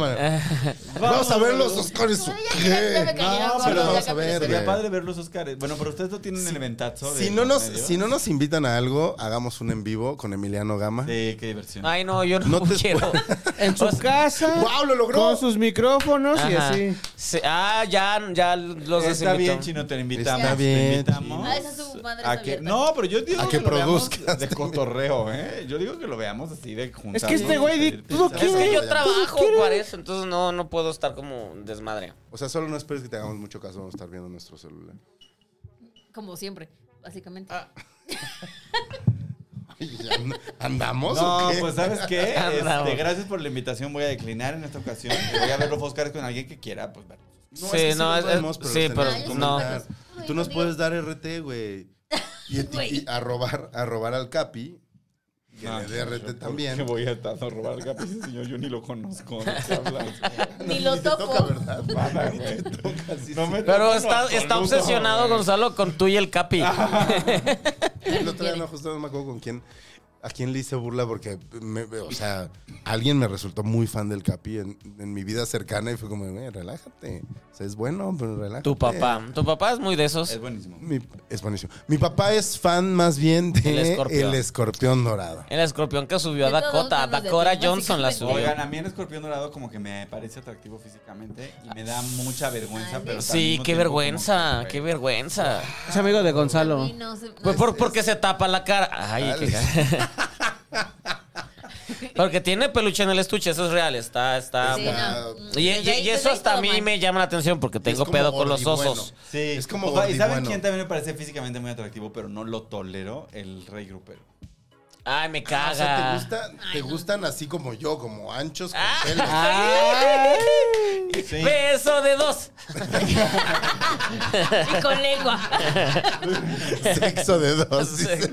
Vamos a ver los Oscars. ¿o
Ya, ya, ya me
¿Qué?
cayeron
No,
gordos,
pero
ya
vamos
a ver,
capitulaste.
Sería
güey.
padre ver los Oscars. Bueno, pero ustedes no tienen el ventazo de
Si no, nos,
medio.
si no nos invitan a algo, hagamos un en vivo con Emiliano Gama.
Sí, qué diversión.
Ay, no, yo no,
No te-
quiero.
En su
O sea,
casa.
¡Guau, lo logró!
Con sus micrófonos y
Ajá.
así.
Sí, Ah, ya, ya los
Está
desinvito.
bien, Chino, te lo invitamos.
Está
te
bien,
invitamos.
Chino.
Ah, esa es su madre
A
está
que,
abierta.
no, pero yo digo
A
que,
que
lo veamos
produzcas.
de cotorreo, ¿eh? Yo digo que lo veamos así de juntas.
Es que este güey di- tú
Es que yo
Ya.
trabajo para eso, entonces no, no puedo estar como desmadre.
O sea, solo no esperes que te hagamos mucho caso. Vamos a estar viendo nuestro celular.
Como siempre, básicamente.
Ay, ya and- ¿Andamos
No,
o qué?
pues ¿sabes qué?
Andamos.
Este, gracias por la invitación. Voy a declinar en esta ocasión. Y Voy a ver los Oscars con alguien que quiera, pues ver.
No,
sí,
es que
no,
los
es-
vemos,
es-
pero
sí,
los tenemos
pero
que
no.
comentar.
Ay,
Tú nos
conmigo.
puedes dar RT, güey. Y,
Güey.
y- y a, robar, a robar al Capi, que
No,
le dé
Ah, yo,
RT
¿por
también.
qué voy a estar a robar capis, señor? Yo ni lo conozco. ¿de qué hablas?
Ni lo
Ni te
topo.
toca, ¿verdad?
Nada,
Ni te
güey.
toca, sí,
No
sí.
me
Pero
toco
está,
en
está
absoluto,
obsesionado
güey.
Gonzalo con tú y el Capi.
El otro día no, justo no me acuerdo con quién. ¿A quién le hice burla? Porque, me- o sea, alguien me resultó muy fan del Capi en, en mi vida cercana y fue como, "Güey, relájate. O sea, es bueno, pero relájate.
Tu papá. Tu papá es muy de esos.
Es buenísimo.
Mm.
Mi- es buenísimo. Mi papá es fan más bien
El
de El Escorpión,
escorpión.
Dorado.
El escorpión que subió a
De todos
Dakota.
menos de
Dakota
ti,
Johnson la
básicamente.
subió.
Oigan, a mí el escorpión dorado como que me parece atractivo físicamente y me da mucha vergüenza,
Ay,
pero... al
Sí,
mismo
qué
tiempo
vergüenza,
como que-
qué vergüenza.
Es amigo de Gonzalo.
Y no se- no
Pues
se-
por- porque se tapa la cara. Ay, qué cara. Porque tiene peluche en el estuche, eso es real, está, está.
Sí,
Ah,
no.
Y, y-
Desde
y eso
Mm, ahí- desde ahí
hasta a
todo
mí
mal.
me llama la atención porque tengo
Es como
pedo con los
gordibueno.
osos.
Sí.
Es como
O sea, ¿Y saben
gordibueno.
quién también me parece físicamente muy atractivo, pero no lo tolero? El rey grupero.
Ay, me
O sea, ¿te,
caga.
gusta- te gustan así como yo, como anchos, con
Ah.
pelos.
Sí.
Beso de dos.
Y con lengua.
Sexo de dos.
Sí.
dice.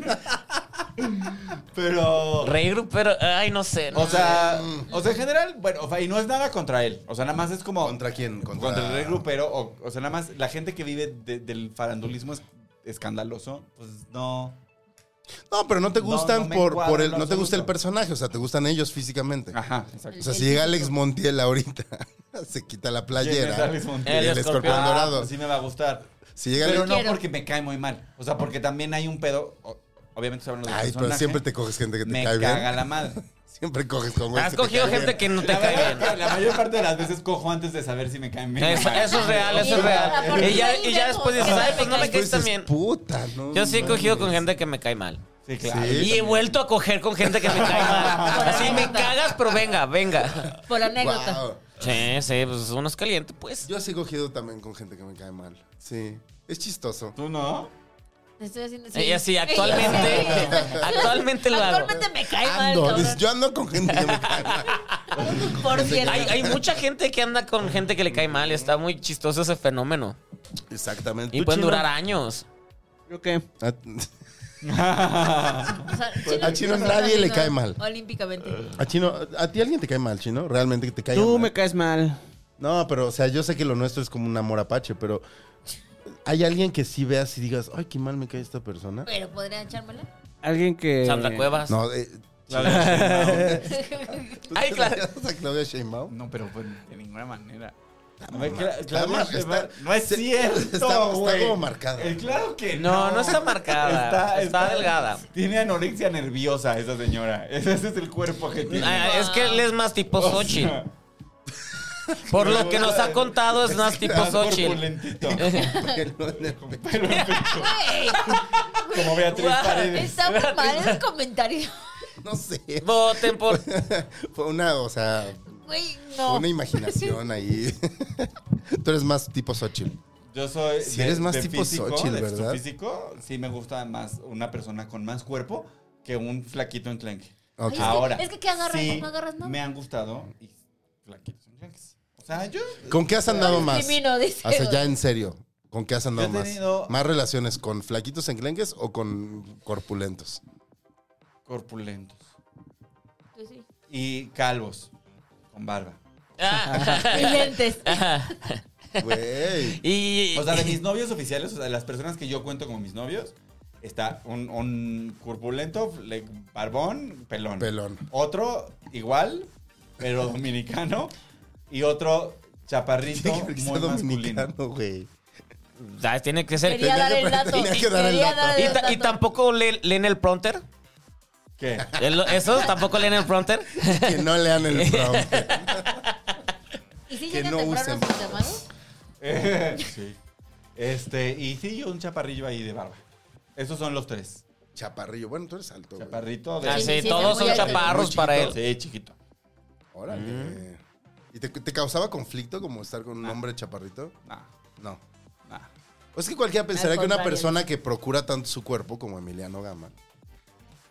Pero...
Rey pero ay, no sé. no.
O sea,
Mm.
o sea, en general, bueno, o sea, y no es nada contra él. O sea, nada más es como...
¿Contra quién?
Contra, el rey grupero, o, o sea, nada más la gente que vive de- del farandulismo es escandaloso, pues no.
No, pero no te
No,
gustan
no me
por,
cuadra
por
en
el.
lo
No te gusta el
absoluto.
personaje, o sea, te gustan ellos físicamente.
Ajá, exacto.
O sea, si llega Alex Montiel ahorita, se quita la
¿Quién es
playera.
Alex
y
Montiel? Ah, pues
el,
El
escorpión
escorpión.
dorado.
Sí me va a gustar.
Si llega
Pero
Alex-
no
Quiero.
porque me cae muy mal. O sea, porque también hay un pedo. o- Obviamente estoy hablando de
Ay, pero siempre te coges gente que te
Me
cae
caga
bien.
la madre.
Siempre coges con este güeyes
Has
que pues, te
cogido
caen
gente
bien.
que no te
la,
cae
verdad,
bien.
que la mayor parte de las veces cojo antes de saber si me caen bien. o
Eso,
mal.
eso es real, eso es real. Y ya, y ya después dices, ay, pues no me
Después dices,
caes tan bien.
Puta, no
Yo sí he cogido con
mames.
gente que me cae mal.
Sí, claro.
Sí.
Y he vuelto a coger con gente que me cae mal. Así me cagas, pero venga, venga.
Por anécdota.
Guau.
Sí, sí, pues uno es caliente, pues.
Yo sí he cogido también con gente que me cae mal. Sí. Es chistoso.
¿Tú no?
Estoy haciendo
Y así, actualmente, actualmente lo hago.
Actualmente me cae mal,
Ando,
cabrón.
dices, yo ando con gente que me cae mal.
Por cierto.
Hay, hay mucha gente que anda con gente que le cae mal. Está muy chistoso ese fenómeno.
Exactamente.
Y pues-
¿Tú,
pueden
Chino?
durar años.
¿Yo qué?
Ah,
O sea,
Pues, a Chino nadie le cae mal. Eh.
Olímpicamente.
A Chino, ¿a ti alguien te cae mal, Chino? ¿Realmente que te cae
Tú
mal?
me caes mal.
No, pero, o sea, yo sé que lo nuestro es como un amor apache, pero hay alguien que sí veas y digas, ay, qué mal me cae esta persona.
Pues,
Pero podría echármela.
Alguien que.
Sandra Cuevas.
No, eh, ¿tú
Ay,
te
claro.
veías a Claudia Sheinbaum?
No, pero pues, de ninguna manera.
Claudia Sheinbaum-
no es
se-
cierto,
está- está
güey.
como marcada.
Eh, claro que no.
No, no está marcada. Está, delgada.
Tiene anorexia nerviosa esa señora. Ese, ese es el cuerpo que tiene.
Ah, es que él es más tipo
Oh,
O sea,
Xochitl. Por lo que nos ha contado, es más tipo
está
Xochitl.
corpulentito.
Pelo en el pecho.
Güey,
Como Beatriz
Guau,
Paredes.
está muy mal el comentario.
No sé.
Voten por.
Fue una, o sea,
Güey,
fue
no.
una imaginación ahí. Tú eres más tipo Xochitl.
Yo soy.
Si eres más tipo
físico,
Xochitl,
de
¿verdad?
físico, sí me gusta más una persona con más cuerpo que un flaquito enclenque.
Ok.
Ay,
Ahora.
es que ¿qué agarras?
sí
¿No agarras nada?
Me han gustado y flaquitos enclenques. O sea, yo.
¿Con qué has andado
No
más?
discrimino, dice,
O sea,
güey.
ya en serio. ¿Con qué has andado
Yo he
más?
tenido-
¿Más relaciones con flaquitos enclenques o con corpulentos?
Corpulentos.
Pues sí.
Y calvos. Con barba.
Y lentes.
Güey.
Y.
O sea, de mis novios oficiales, o sea, de las personas que yo cuento como mis novios, está un, un corpulento, le- barbón, pelón.
Pelón.
Otro igual, pero dominicano. Y otro chaparrito,
Tiene que
muy
ser
masculino.
dominicano, güey.
Ah, Tiene que ser.
Quería dar el dato.
Tenía que dar el
Quería
dato.
dar
Y,
el
ta- y
dato.
tampoco le- leen el pronter.
¿Qué?
El- ¿Esos tampoco leen el pronter?
Que no lean el prompt.
¿Y si
que
llegan
no
temprano
usen.
sus llamados?
sí. Este, y sí, un chaparrillo ahí de barba. Esos son los tres.
Chaparrillo. Bueno, tú eres alto, güey.
Chaparrito de...
Ah,
Sí,
sí,
sí,
todos
sí,
son
muy alto.
chaparros
Muy
para él.
Sí, chiquito.
Órale.
Mm.
¿Y te, te causaba conflicto como estar con
Ah.
un hombre chaparrito?
Nah,
No.
nah.
O Pues es que cualquiera pensaría
Al
que una
contrario.
persona que procura tanto su cuerpo como Emiliano Gama,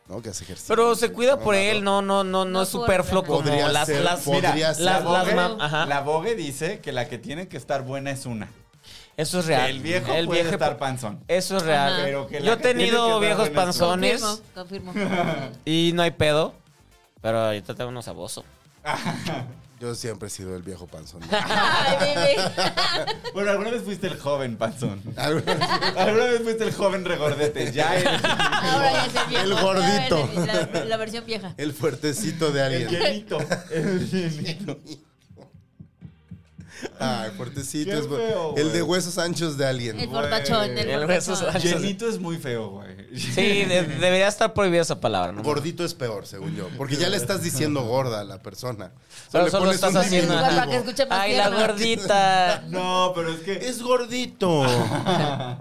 ¿no? Que hace ejercicio.
Pero se cuida por él, no, no, no, no
No
es
por-
superfluo
ajá.
como
Podría
las,
ser,
las,
podría
mira,
ser.
las,
La
las
Vogue-
mam- ajá.
La Vogue dice que la que tiene que estar buena es una.
Eso es real.
El viejo puede estar panzón.
Eso es real.
Ajá.
Pero que la
Yo he
que tiene que
tenido
estar
viejos
buena es
panzones
Confirmo, confirmo.
y no hay pedo. Pero ahorita tengo unos saboso.
Yo siempre he sido el viejo panzón.
Ay, bebé.
Bueno, alguna vez fuiste el joven panzón.
Alguna vez-
Alguna vez fuiste el joven regordete. Ya eres
Ahora ya es el viejo.
El
ahora
gordito.
eres La, la versión vieja.
el fuertecito de
el
alguien.
hielito. El hielito.
Ah, el fuertecito.
Qué
es bu-
feo,
el de
güey.
huesos anchos de alguien.
El fortachón. El,
El beso
fortachón.
Sánchez.
Llenito es muy feo, güey.
Sí, de- debería estar prohibida esa palabra, ¿no?
Gordito es peor, según yo. Porque ya le estás diciendo gorda a la persona.
Pero
le
solo
pones
estás
un
haciendo-
Igual para que
diminutivo.
escuche más
Ay, la
tierno.
gordita.
No, pero es que.
Es gordito.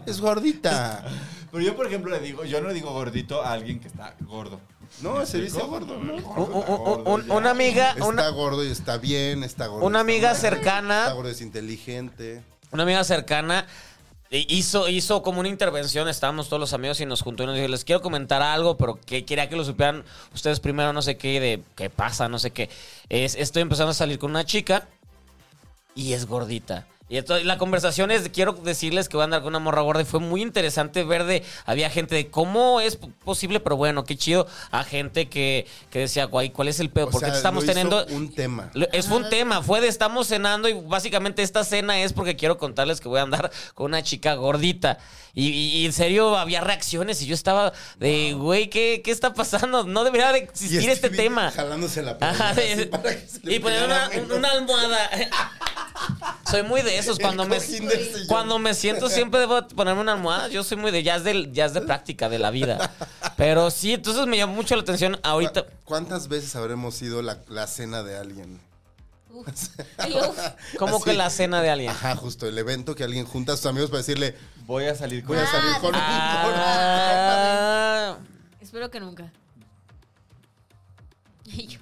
es gordita.
Pero yo, por ejemplo, le digo, yo no le digo gordito a alguien que está gordo.
No, se dice gordo, ¿no?
Un- un- un- un- una amiga,
Está
una,
gordo y está bien, está gordo.
una
y está
amiga
mal, Está
cercana,
gordo, es inteligente.
una amiga cercana hi- hizo, hizo como una intervención, estábamos todos los amigos y nos juntó y nos dijo, les quiero comentar algo, pero que quería que lo supieran ustedes primero, no sé qué, de qué pasa, no sé qué. Es, estoy empezando a salir con una chica y es gordita. Y esto- la conversación es, quiero decirles que voy a andar con una morra gorda y fue muy interesante ver de, había gente de cómo es p- posible, pero bueno, qué chido, a gente que, que decía, guay, ¿cuál es el pedo?
O
Porque
sea,
estamos
lo hizo
teniendo...
un tema.
Lo- Es fue un tema, fue de estamos cenando y básicamente esta cena es porque quiero contarles que voy a andar con una chica gordita. Y, y- y en serio había reacciones y yo estaba de, güey, ¿qué, qué está pasando? No debería de
Y
existir este
Stevie
tema.
Jalándose la
Ajá,
pierna, así
de-
para que se le
y poner
pegara
una,
menos.
una almohada. Soy muy de esos.
El
Cuando me,
cojín del sillón.
cuando me siento siempre debo ponerme una almohada. Yo soy muy de jazz, del, jazz de práctica de la vida. Pero sí, entonces me llamó mucho la atención ahorita.
¿Cuántas veces habremos ido la, la cena de alguien?
Uf. Ay, uf.
¿Cómo
Así.
que la cena de alguien?
Ajá, justo el evento que alguien junta a sus amigos para decirle,
Voy a salir con
voy a
Ah,
salir con
Ah.
Espero que nunca. Y yo.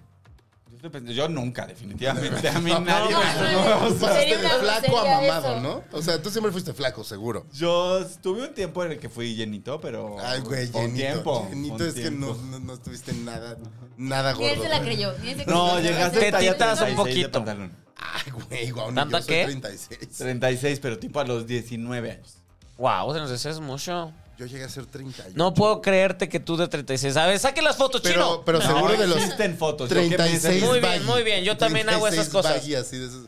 Yo, estoy pensando- yo nunca, definitivamente. A mí nadie
no, no,
me
no.
o sea,
Pasaste
Sería
de
una
flaco a
grosería
mamado,
eso.
¿no? O sea, tú siempre fuiste flaco, seguro.
Yo estuve un tiempo en el que fui llenito, pero.
Ay, güey,
fue un
Jenito.
tiempo.
Jenito
fue un
es que no,
tiempo.
no, no estuviste nada, nada
Ni él
gordo.
se la creyó. ni él se
No,
creyó.
llegaste a talla
Tetitas un
36 de
poquito.
pantalón.
Ay, güey, guau, ni
¿Tanta
yo soy
qué?
36.
36, pero tipo a los 19 años.
Wow, se nos deseas mucho.
Yo llegué a ser 30.
No puedo creerte que tú de 36. A ver, saquen las fotos,
Pero,
chino.
pero seguro de los
existen fotos, yo que me
36
dicen-
Muy bien,
baggy.
muy bien, yo también hago esas
36
cosas.
baggy, así de esos-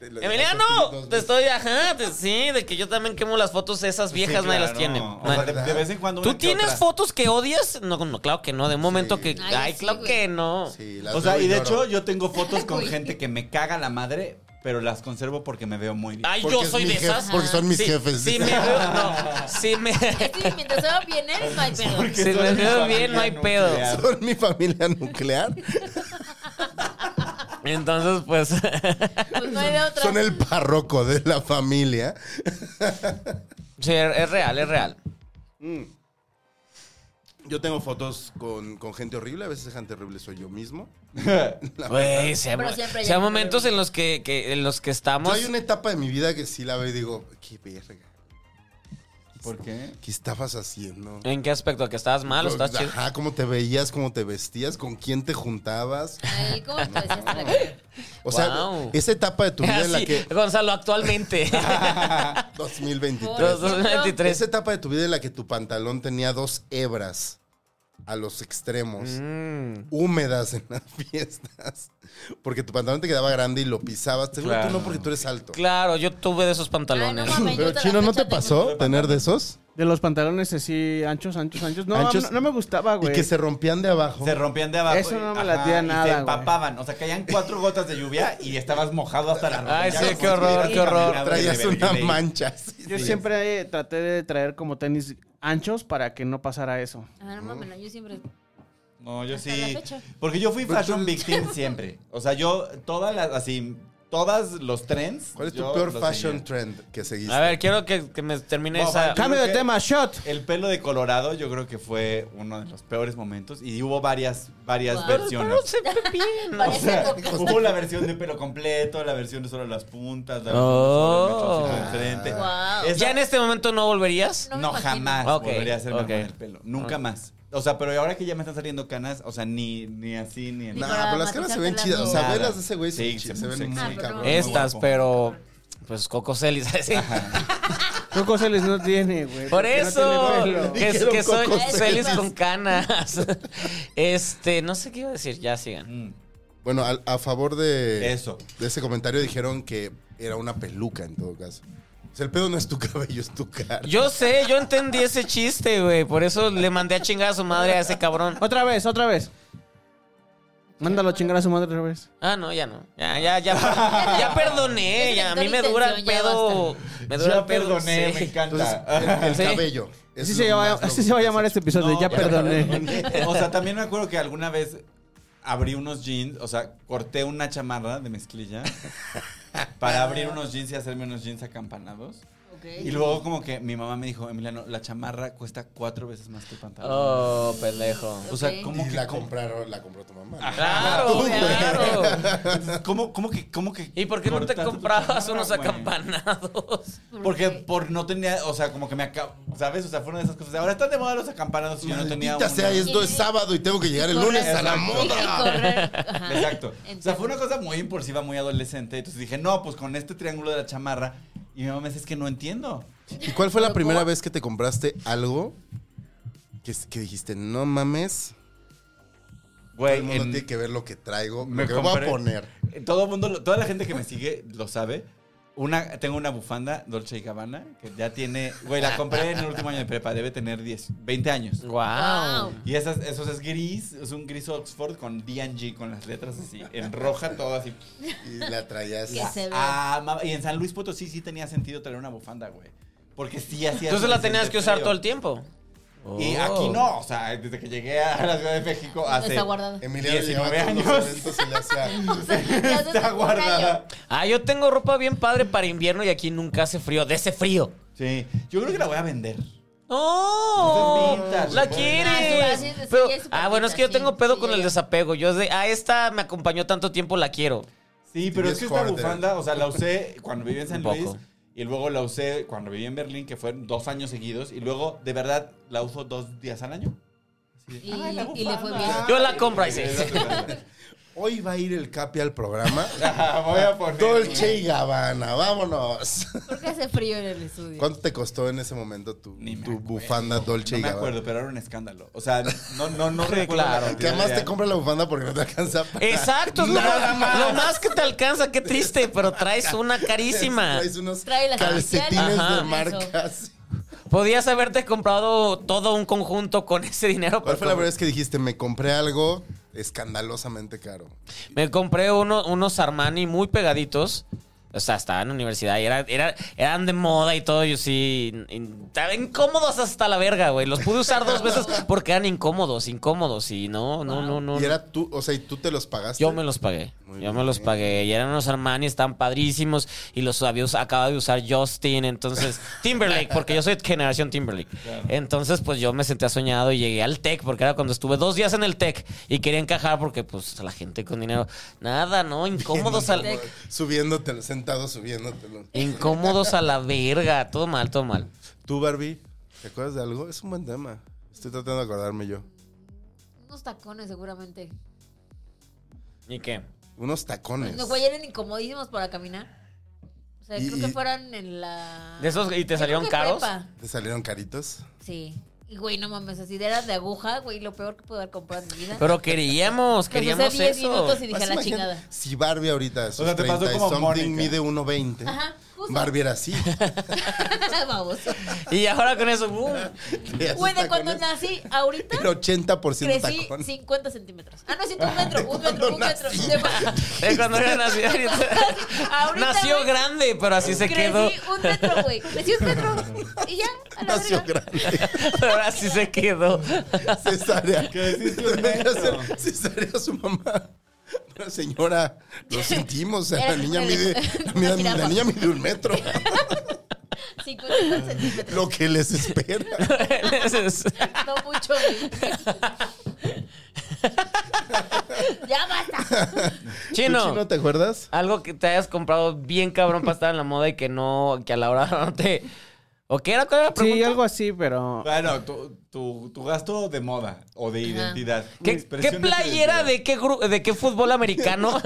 de los- de
Emiliano,
los-
te estoy, ajá, te- sí, de que yo también quemo las fotos, esas viejas
Sí,
nadie
claro,
las tiene.
no. O sea, de, de vez en cuando.
¿Tú
una que
tienes
otra.
fotos que odias? No, no, claro que no, de momento
Sí.
que, ay,
Ay, sí,
claro
güey.
que no.
Sí, las
O sea,
veo
y de
lloro.
hecho, yo tengo fotos con
Güey.
gente que me caga la madre, pero las conservo porque me veo muy bien.
Ay,
Porque
yo
es
soy
mi
de
jefe-
esas.
porque son mis
Sí,
jefes,
Sí, me
dice.
veo, no, sí me...
Sí, mientras se va bien él, no hay pedo.
Porque
Si
tú
me
eres
veo
mi
bien, no hay
familia
pedo.
nuclear.
Son mi familia nuclear.
Entonces, pues...
Pues no hay de otra.
Son el párroco de la familia.
sí, es real, es real.
Yo tengo fotos con, con gente horrible. A veces gente horrible soy yo mismo.
Güey, si hay,
Pero
mo-
siempre hay
si hay
algo
momentos
horrible.
en los que, que- en los que
Yo
estamos...
hay una etapa de mi vida que sí la veo y digo, qué verga.
¿Por qué?
¿Qué estabas haciendo?
¿En qué aspecto? ¿Que estabas mal o estabas chido?
Ajá, cómo te veías, cómo te vestías, con quién te juntabas.
Ay, ¿cómo te decías a la cara?
O sea,
Wow.
esa etapa de tu vida en la
Así,
que.
Gonzalo, actualmente.
2023.
Por-
2023.
Esa etapa de tu vida en la que tu pantalón tenía dos hebras a los extremos,
Mm.
húmedas en las fiestas, porque tu pantalón te quedaba grande y lo pisabas. Seguro
Claro.
tú no, porque tú eres alto.
Claro, yo tuve de esos pantalones.
Ay, no mames.
Pero
Yo hasta
chino,
la
¿no
fecha
te pasó
tengo-
tener de esos?
De los pantalones así, anchos, anchos, anchos. No,
Anchos.
no, no me
Ah,
gustaba,
Y
güey.
que se rompían de abajo.
Se rompían de abajo.
Eso no me
Ajá,
latía
Y
nada,
se
güey.
empapaban. O sea, caían cuatro gotas de lluvia y estabas mojado hasta la rodilla.
Ay, sí,
Como
qué
si
horror,
hubieras
qué horror.
caminado
Traías
desde
una
Berlín.
mancha. así.
Yo siempre eh, traté de traer como tenis anchos para que no pasara eso.
Ah, no mames, no, yo siempre.
No, yo
Hasta
sí.
la fecha.
Porque yo
Pues
fui fashion victim siempre. O sea, yo todas las, así, todas los trends.
¿Cuál es tu
yo
peor
los
fashion
seguía.
trend que seguiste?
A ver, quiero que, que me termine
Boba,
esa.
Yo
Cambio
creo
de
que-
tema, shot.
El pelo de Colorado yo creo que fue uno de los peores momentos y hubo varias, varias
Wow.
versiones.
se ve bien.
O
Parece
sea,
coca.
hubo la versión de pelo completo, la versión de solo las puntas, la versión
Oh.
de solo el mechoncito enfrente.
Wow.
Esa-
¿Ya en este momento no volverías?
No me
no,
imagino.
jamás
Ok,
volvería a hacerme
ok.
poner el pelo. Nunca más. O sea, pero ahora que ya me están saliendo canas, o sea, ni, ni así, ni en
No,
Ni
nada.
para
pero las caras se ven
matizarte
chidas.
las
O sea,
nada.
velas de ese güey se,
Sí,
ven
se
chidas,
ven
se
muy
ven
sexy.
muy
Ah,
cabrón.
pero-
Estas,
guapo.
pero. Pues Coco Celis. ¿sí?
Coco Celis no tiene, güey.
Por
porque no
eso.
tiene pelo.
que es-
Dijeron
que soy
Coco
Celis
Celis.
con canas. Este, no sé qué iba a decir. Ya sigan.
Mm.
Bueno, al- a, favor de,
Eso.
de ese comentario dijeron que era una peluca en todo caso. O sea, el pedo no es tu cabello, es tu cara.
Yo sé, yo entendí ese chiste, güey. Por eso le mandé a chingar a su madre a ese cabrón.
Otra vez, otra vez. Mándalo a chingar a su madre otra vez.
Ah, no, ya no. Ya, ya, ya. Ya perdoné. Ya, a mí me dura el pedo. Me dura el pedo,
Ya perdoné,
sí.
me
Entonces, el,
encanta.
el
Sí.
cabello. es
Así se,
lo
va,
más
así
loco
se va a
que
llamar
se
este episodio,
No,
ya
ya
perdoné.
Pues,
perdoné. O sea, también me acuerdo que alguna vez abrí unos jeans, o sea, corté una chamarra de mezclilla para abrir unos jeans y hacerme unos jeans acampanados.
Ok.
Y luego como que mi mamá me dijo, Emiliano, la chamarra cuesta cuatro veces más que el pantalón.
Oh, pendejo.
O sea,
Ok.
¿cómo
Y
que,
la
cómo,
compraron, la compró tu mamá. ¿no?
Claro,
güey.
claro.
cómo- cómo que, cómo que...
¿Y por qué no te
cortaste tu
comprabas
chamarra,
unos
güey?
acampanados?
Porque por no tenía, o sea, como que me acabo, ¿sabes? O sea, fue una de esas cosas. Ahora están de moda los acampanados y yo no tenía
Maldita
uno.
sea, esto es sábado y tengo que llegar el
Correr.
lunes a la
Exacto.
moda.
Correr. Ajá.
Exacto. O sea,
Entiendo.
fue una cosa muy impulsiva, muy adolescente. Entonces dije, no, pues con este triángulo de la chamarra. Y mi mamá me dice, es que no entiendo.
¿Y cuál fue la primera vez que te compraste algo que, es- que dijiste, no mames? Todo
Güey,
el mundo
en-
tiene que ver lo que traigo,
me
lo que me voy a
compré-
poner.
en todo el mundo, lo- toda la gente que me sigue lo sabe. Una, tengo una bufanda Dolce y Gabbana que ya tiene, güey, la compré en el último año de prepa, debe tener 10, 20 años.
Wow.
Wow.
Y esas, eso es gris, es un gris Oxford con D&G, con las letras así, en roja todo así.
Y la traías.
Que se ve.
Ah, ma- y en San Luis Potosí sí tenía sentido traer una bufanda, güey. Porque sí hacía...
Entonces la tenías que usar todo el
tiempo
tiempo.
Y
Oh.
aquí no, o sea, desde que llegué a la Ciudad de México hace...
Está guardada.
Emiliano llevaba
19
todos
años.
los eventos y le hacía-
O sea, ya desde hace
Está
un año.
guardada.
Ah, yo tengo ropa bien padre para invierno y aquí nunca hace frío. De ese frío.
Sí, yo creo que la voy a vender.
¡Oh!
Entonces, vintage,
¡La
Ah,
pues.
sí,
quieres!
sí, sí,
Pero-
ya es
ah, bueno, es que yo
vintage,
tengo
sí,
pedo
sí,
con el
ya.
desapego. Yo es de, ah, esta me acompañó tanto tiempo, la quiero.
Sí, pero es que esta
Harder.
bufanda, o sea, la usé cuando viví en San
Un poco.
Luis y luego la usé cuando viví en Berlín, que fueron dos años seguidos, y luego, de verdad, la uso dos días al año. Así de,
Y-
"Ay, la
y le fue
bufanda".
bien.
Yo la compro, ahí sí.
Hoy va a ir el Capi al programa.
Ajá, Voy a poner...
Dolce y Gabbana, vámonos.
¿Por qué hace frío en el estudio?
¿Cuánto te costó en ese momento tu,
Ni me
tu
acuerdo.
bufanda Dolce
No
y
me
Gabbana?
acuerdo, pero era un escándalo. O sea, no, no, no recuerdo.
claro.
la
Que además te
cantidad.
compra la bufanda porque no te alcanza para
Exacto, es lo
Nada
más,
más.
lo más que te alcanza, qué triste, pero traes una carísima.
Traes unos
Trae las
calcetines
iniciales.
de
Ajá.
marcas.
Podías haberte comprado todo un conjunto con ese dinero.
¿Cuál
pero
fue la verdad es que dijiste, me compré algo escandalosamente caro?
Me compré uno- unos Armani muy pegaditos. O sea, estaba en la universidad y era, era- eran de moda y todo. Yo sí. y- y Estaban incómodos hasta la verga, güey. Los pude usar dos veces porque eran incómodos, incómodos. Y no, no, no, no.
Ah. Y era tú, o sea, y tú te los pagaste.
Yo me los pagué.
Muy
yo me
bien.
los pagué. Y eran unos Armani, estaban padrísimos. Y los había us- acaba de usar Justin. Entonces, Timberlake, porque yo soy generación Timberlake. Entonces, pues yo me senté soñado y llegué al Tech, porque era cuando estuve dos días en el Tech y quería encajar porque, pues, la gente con dinero. Nada, ¿no? Incómodos al.
Subiéndotelo, sentado subiéndotelo.
Incómodos a la verga. Todo mal, todo mal.
Tú, Barbie, ¿te acuerdas de algo? Es un buen tema. Estoy tratando de acordarme yo.
Unos tacones, seguramente.
¿Y qué?
Unos tacones.
No, güey, eran incomodísimos para caminar. O sea,
Pues. Y-
creo que
y-
fueran en la.
¿De esos y te
Yo
salieron
creo que
caros?
prepa.
¿Te salieron caritos?
Sí. Y güey, no mames, así de eras de aguja, güey, lo peor que pude haber comprado en mi vida.
Pero queríamos,
Los usé
queríamos
10
eso.
minutos y dije a
Pues
la
imagina-
chingada.
Si Barbie ahorita, sus
O sea, te pasó
30 y
como
something,
Mónica.
mide 1.20.
Ajá, justo.
Barbie era así.
Vamos.
Y ahora con eso, ¡boom!
Traía
Güey,
sus
de cuando
tacones,
nací, ahorita.
Era 80%
Crecí
tacón.
50 centímetros. Ah, no, siento un metro, un metro,
cuando
un metro.
nací.
De más.
Es cuando era nacido.
Ahorita,
Nació
güey,
grande, pero así se
crecí
quedó.
un metro, güey. Crecí un metro. Y ya, a la
Nació
verga.
grande.
Pero así se quedó.
Cesárea.
¿Qué decís,
Tendría que
Ernesto?
hacer cesárea a su mamá. Pero señora, lo sentimos. o sea,
Era
la niña
una-
mide, la,
una
mira-
jirafa.
la niña mide un metro.
50 centímetros.
Lo que les espera.
No mucho, güey. ya basta.
¿Tú, Chino,
Chino,
¿te acuerdas?
algo que te hayas comprado bien cabrón para estar en la moda y que no, que a la hora no te. ¿O qué era? ¿Cuál era la pregunta?
Sí, algo así, pero.
Bueno, tu, tu, tu gasto de moda o de identidad.
¿Qué,
Expresión
qué
de tu
playera
identidad.
de qué, gru- de qué fútbol americano?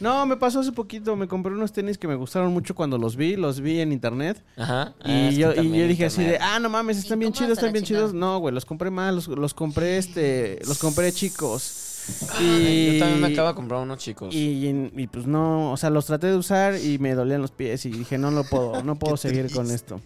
No, me pasó hace poquito. Me compré unos tenis que me gustaron mucho cuando los vi. Los vi en internet.
Ajá.
Y,
Ah, es que
yo, y
también
yo dije así de,
internet.
ah, no mames, están bien
cómo
chidos,
hasta la
están bien
chingada?
chidos. No, güey, los compré mal, los, los compré este, los compré chicos. Y,
Yo también me acabo de comprar unos chicos.
y, y, pues no, o sea, los traté de usar y me dolían los pies y dije, no lo puedo, no puedo seguir con esto.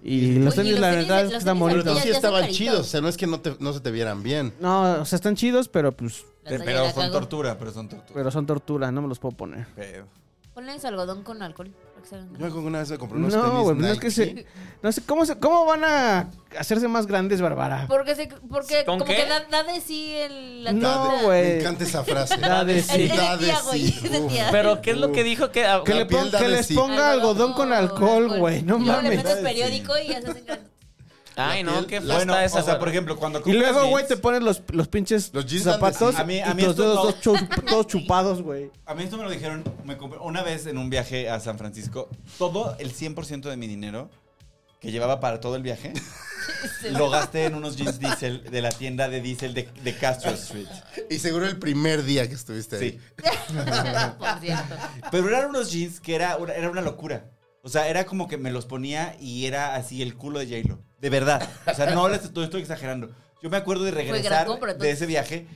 Y los
Oye,
tenis,
los
la
tenis-
verdad,
los
Pero
están
tenis ahorita
bonitos.
entonces sí
ya son
estaban
caritos.
chidos. O sea, no es que no, te- no se te vieran bien.
No, o sea, están chidos, pero pues,
Las
Pero
la
son
cago.
tortura, pero son tortura.
pero son tortura, no me los puedo poner.
Pero-
Ponles algodón con alcohol. para que se hagan
Yo me
grandes.
acuerdo que una vez me compré unos tenis
No, güey, no es
Nike.
que se... No sé, ¿cómo, se- ¿cómo van a hacerse más grandes, Bárbara?
Porque, se, porque
¿Con
como
qué?
que da, da de sí el... la
No,
tortura.
güey.
Me encanta esa frase.
Da de sí.
Ese
Da de
día, güey,
sí.
ese
Uf.
día.
Pero, ¿qué es lo que dijo que.? ah,
Que,
La
le
piel
pon-
da
que
de
les
sí.
ponga algodón con alcohol, güey, no
Y luego Le
mames.
metes periódico y ya se hacen grandes.
Ay,
la
no,
piel-
qué fea
Bueno,
está esa.
o sea,
güey.
por ejemplo, cuando
Y
compras
luego, güey,
jeans-
te ponen los, los pinches
Los jeans
zapatos
antes- a mí- a mí
y los
estos
dedos
no.
dos chu- todos chupados, güey.
A mí esto me lo dijeron me compré- una vez en un viaje a San Francisco. Todo el 100% de mi dinero que llevaba para todo el viaje lo gasté en unos jeans diesel de la tienda de diesel de, de Castro Street.
Y seguro el primer día que estuviste ahí.
Sí.
Por cierto.
Pero eran unos jeans que era una, era una locura. O sea, era como que me los ponía y era así el culo de J-Lo. De verdad. O sea, no les estoy, estoy exagerando. Yo me acuerdo de
gran
regresar
compra,
de
entonces.
ese viaje